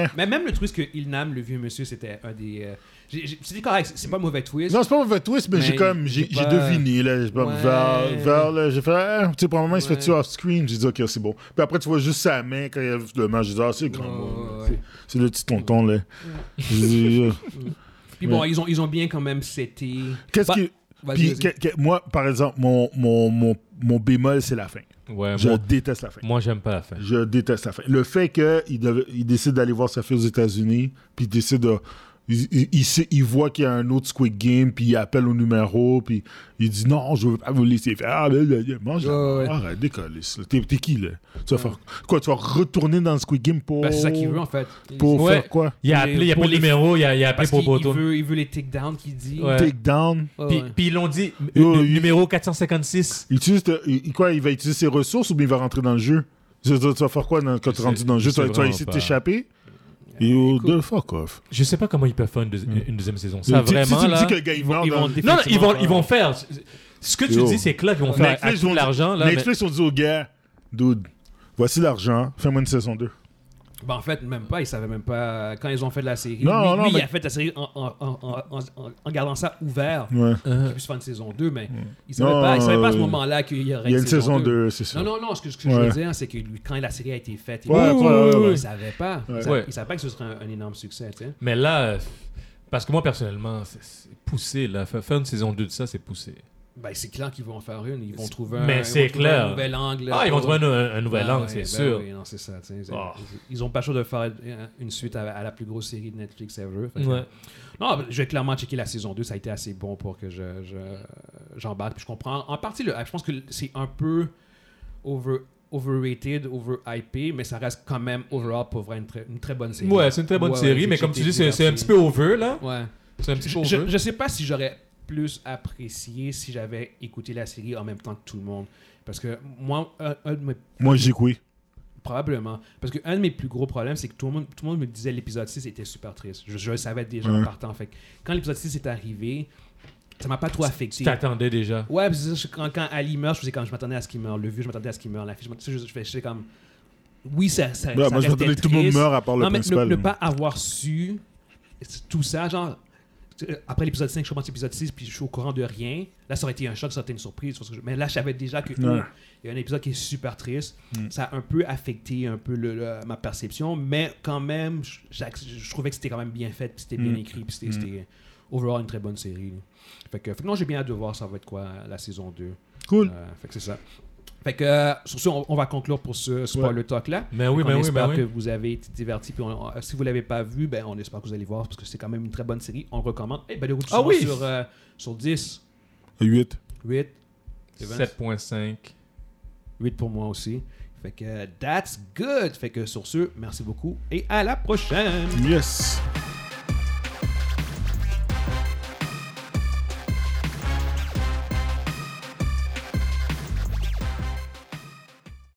Speaker 3: Yeah.
Speaker 1: Mais même le twist que Ilnam, le vieux monsieur, c'était un des. euh, j'ai- j'ai- C'était correct, c'est- c'est pas un mauvais twist.
Speaker 3: Non, c'est pas mauvais twist, mais,
Speaker 1: Mais
Speaker 3: j'ai comme, j'ai,
Speaker 1: j'ai
Speaker 3: j'ai
Speaker 1: pas-
Speaker 3: deviné, là. J'ai pas
Speaker 1: Ouais.
Speaker 3: vers, vers, là. J'ai fait, ah, tu sais, pour un moment, il se fait
Speaker 1: Ouais.
Speaker 3: tuer off-screen. J'ai dit, ok, c'est bon. Puis après, tu vois juste sa main quand il y a le match. J'ai dit, ah, c'est grand.
Speaker 1: Ouais,
Speaker 3: là.
Speaker 1: ouais,
Speaker 3: C'est-
Speaker 1: ouais.
Speaker 3: C'est le petit tonton, là. J'ai dit, euh,
Speaker 1: Puis bon, ils ont, ils ont bien quand même c'était.
Speaker 3: Qu'est-ce
Speaker 1: Bah,
Speaker 3: qui.
Speaker 1: vas-y,
Speaker 3: Puis,
Speaker 1: vas-y.
Speaker 3: que- que- moi, par exemple, mon, mon, mon, mon bémol, c'est la fin.
Speaker 2: Ouais,
Speaker 3: Je
Speaker 2: moi,
Speaker 3: déteste la fin.
Speaker 2: moi j'aime pas la fin.
Speaker 3: Je déteste la fin. Le fait qu'il il devait- il décide d'aller voir sa fille aux États-Unis, puis il décide de. Il, il- il sait- il voit qu'il y a un autre Squid Game, puis il appelle au numéro, puis il dit non, je veux pas vous laisser faire. Ah, ben, ben, ben, mange la
Speaker 1: Ouais, ouais.
Speaker 3: mort, arrête, décolle. c'est- T'es t'es qui, là Tu vas faire quoi Tu vas retourner dans le Squid Game pour.
Speaker 1: Ben, c'est ça qu'il veut, en fait.
Speaker 3: Pour
Speaker 2: Ouais.
Speaker 3: faire quoi
Speaker 2: Il a
Speaker 1: Mais
Speaker 2: appelé, il a
Speaker 1: pour
Speaker 2: pas le
Speaker 1: les-
Speaker 2: numéro, il a, il a appelé
Speaker 1: Parce
Speaker 2: pour
Speaker 1: qu'il il
Speaker 2: Boto.
Speaker 1: veut, il veut les takedowns qu'il dit.
Speaker 2: Ouais.
Speaker 3: Take down.
Speaker 1: Ouais,
Speaker 2: Puis,
Speaker 1: ouais.
Speaker 2: puis ils l'ont dit,
Speaker 3: Yo,
Speaker 2: le
Speaker 3: il-
Speaker 2: numéro 456.
Speaker 3: Il utilise te- il- quoi, il va utiliser ses ressources ou bien il va rentrer dans le jeu Je veux dire, Tu vas faire quoi dans- quand tu
Speaker 2: Je
Speaker 3: rentres
Speaker 2: sais-
Speaker 3: dans le
Speaker 2: je
Speaker 3: jeu Tu
Speaker 2: sais
Speaker 3: vas- tu vas
Speaker 2: vraiment
Speaker 3: essayer de
Speaker 2: pas.
Speaker 3: t'échapper Et oh, the fuck off.
Speaker 2: Je sais pas comment ils peuvent faire une, deuxi-
Speaker 3: Mm.
Speaker 2: une deuxième saison. Ça,
Speaker 3: Tu-
Speaker 2: vraiment,
Speaker 3: si tu me
Speaker 2: là...
Speaker 3: dis que le gars, il meurt
Speaker 1: ils
Speaker 3: dans-
Speaker 1: vont
Speaker 2: Non, non, ils vont,
Speaker 1: Effectivement,
Speaker 2: ils vont faire... Ce que tu
Speaker 3: Yo.
Speaker 2: dis, c'est clair qu'ils vont faire à
Speaker 3: Netflix, ils
Speaker 2: tout
Speaker 3: vont-
Speaker 2: l'argent, là. mais-
Speaker 3: Netflix, on dit au gars, dude, voici l'argent, fais-moi une saison 2.
Speaker 1: Ben, en fait, même pas, ils savaient même pas quand ils ont fait de la série.
Speaker 3: Non,
Speaker 1: lui,
Speaker 3: non,
Speaker 1: lui,
Speaker 3: mais-
Speaker 1: il a fait la série en, en- en- en- en- en gardant ça ouvert.
Speaker 3: Ouais.
Speaker 2: Euh,
Speaker 1: Qu'il puisse faire une saison 2, mais il savait
Speaker 3: Hmm. Non,
Speaker 1: pas, il savait pas à ce
Speaker 3: euh,
Speaker 1: moment-là qu'il y aurait
Speaker 3: Il y a une saison 2, c'est ça.
Speaker 1: Non, non, non, ce que, ce que je
Speaker 3: Ouais.
Speaker 1: veux dire, c'est que lui, quand la série a été faite, il
Speaker 3: Ouais,
Speaker 1: il
Speaker 3: ouais, ouais, ouais, ouais.
Speaker 1: savait pas. Il
Speaker 3: Ouais.
Speaker 1: savait-
Speaker 2: Ouais.
Speaker 1: Il savait pas que ce serait un, un énorme succès, tu sais.
Speaker 2: Mais là, euh, parce que moi, personnellement, c'est- c'est poussé, là. Fa- Faire une saison 2 de ça, c'est poussé.
Speaker 1: Ben, c'est clair qu'ils vont en faire une. Ils vont trouver un,
Speaker 2: Mais
Speaker 1: ils vont
Speaker 2: c'est
Speaker 1: trouver
Speaker 2: clair.
Speaker 1: un nouvel angle.
Speaker 2: Ah, ils vont
Speaker 1: pour-
Speaker 2: trouver un, un- un nouvel
Speaker 1: Ah,
Speaker 2: angle,
Speaker 1: ouais,
Speaker 2: c'est
Speaker 1: ben
Speaker 2: sûr.
Speaker 1: oui, non, c'est ça, tu sais, c'est-
Speaker 2: Oh.
Speaker 1: Ils ont pas le choix de faire euh, une suite à, à la plus grosse série de Netflix ever. Fait que-
Speaker 2: Ouais.
Speaker 1: Non, je vais clairement checker la saison 2. Ça a été assez bon pour que je, je, j'embarque. Puis je comprends. En partie, le hype. je pense que c'est un peu over, overrated, overhypé, mais ça reste quand même, overall, pour vrai, une très, une très bonne série.
Speaker 2: Ouais, c'est une très bonne
Speaker 1: Ouais, ouais,
Speaker 2: série,
Speaker 1: j'ai
Speaker 2: mais comme
Speaker 1: checké
Speaker 2: tu dis, c'est c'est un
Speaker 1: diverses
Speaker 2: petit peu over, là.
Speaker 1: Ouais.
Speaker 2: C'est un petit peu
Speaker 1: Je,
Speaker 2: over.
Speaker 1: je, je sais pas si j'aurais plus apprécié si j'avais écouté la série en même temps que tout le monde. Parce que moi, un, un de mes
Speaker 3: Moi, j'ai oui.
Speaker 1: Probablement. Parce que un de mes plus gros problèmes, c'est que tout le monde, tout le monde me disait l'épisode 6 était super triste. Je, je le savais déjà en
Speaker 3: Ouais.
Speaker 1: partant. Fait que quand l'épisode 6 est arrivé, ça m'a pas trop
Speaker 2: Tu
Speaker 1: affecté.
Speaker 2: t'attendais déjà.
Speaker 1: Ouais, parce que je- quand, quand Ali meurt, je faisais comme je m'attendais à ce qu'il meure. Le vieux, je m'attendais à ce qu'il meure. La fille, je m'attendais- je, je, fais- je fais comme. Oui, ça. ça,
Speaker 3: Ouais,
Speaker 1: ça
Speaker 3: moi,
Speaker 1: restait
Speaker 3: je m'attendais que tout le monde
Speaker 1: triste.
Speaker 3: meurt à part le
Speaker 1: Non, mais ne,
Speaker 3: principal.
Speaker 1: ne pas avoir su tout ça, genre. euh, Après l'épisode 5, je commence l'épisode 6, puis je suis au courant de rien. Là, ça aurait été un choc, ça aurait été une surprise. parce que je- Mais là, je savais déjà que
Speaker 3: Ouais. Mm.
Speaker 1: oh, il y a un épisode qui est super triste. Ça a un peu affecté un peu le- le- ma perception, mais quand même, je, j'ac- je trouvais que c'était quand même bien fait, puis c'était bien
Speaker 3: Mm.
Speaker 1: écrit, puis c'était, c'était overall une très bonne série. là. Fait que, fait que non, j'ai bien hâte de voir ça va être quoi la saison 2.
Speaker 3: Cool.
Speaker 1: Euh, fait que c'est ça. Fait que, euh, sur ce, on, on va conclure pour ce spoiler talk-là.
Speaker 2: Mais oui,
Speaker 1: On
Speaker 2: mais oui, mais
Speaker 1: espère que
Speaker 2: oui.
Speaker 1: vous avez été divertis. Puis on- on- si vous ne l'avez pas vu, ben, on espère que vous allez voir parce que c'est quand même une très bonne série. On le recommande. Eh ben, le goût du
Speaker 2: Ah
Speaker 1: saumon
Speaker 2: oui!
Speaker 1: sur, euh, sur 10,
Speaker 3: 8.
Speaker 1: 8.
Speaker 2: 7.5.
Speaker 1: 8 pour moi aussi. Fait que euh, that's good. Fait que sur ce, merci beaucoup et à la prochaine.
Speaker 3: Yes.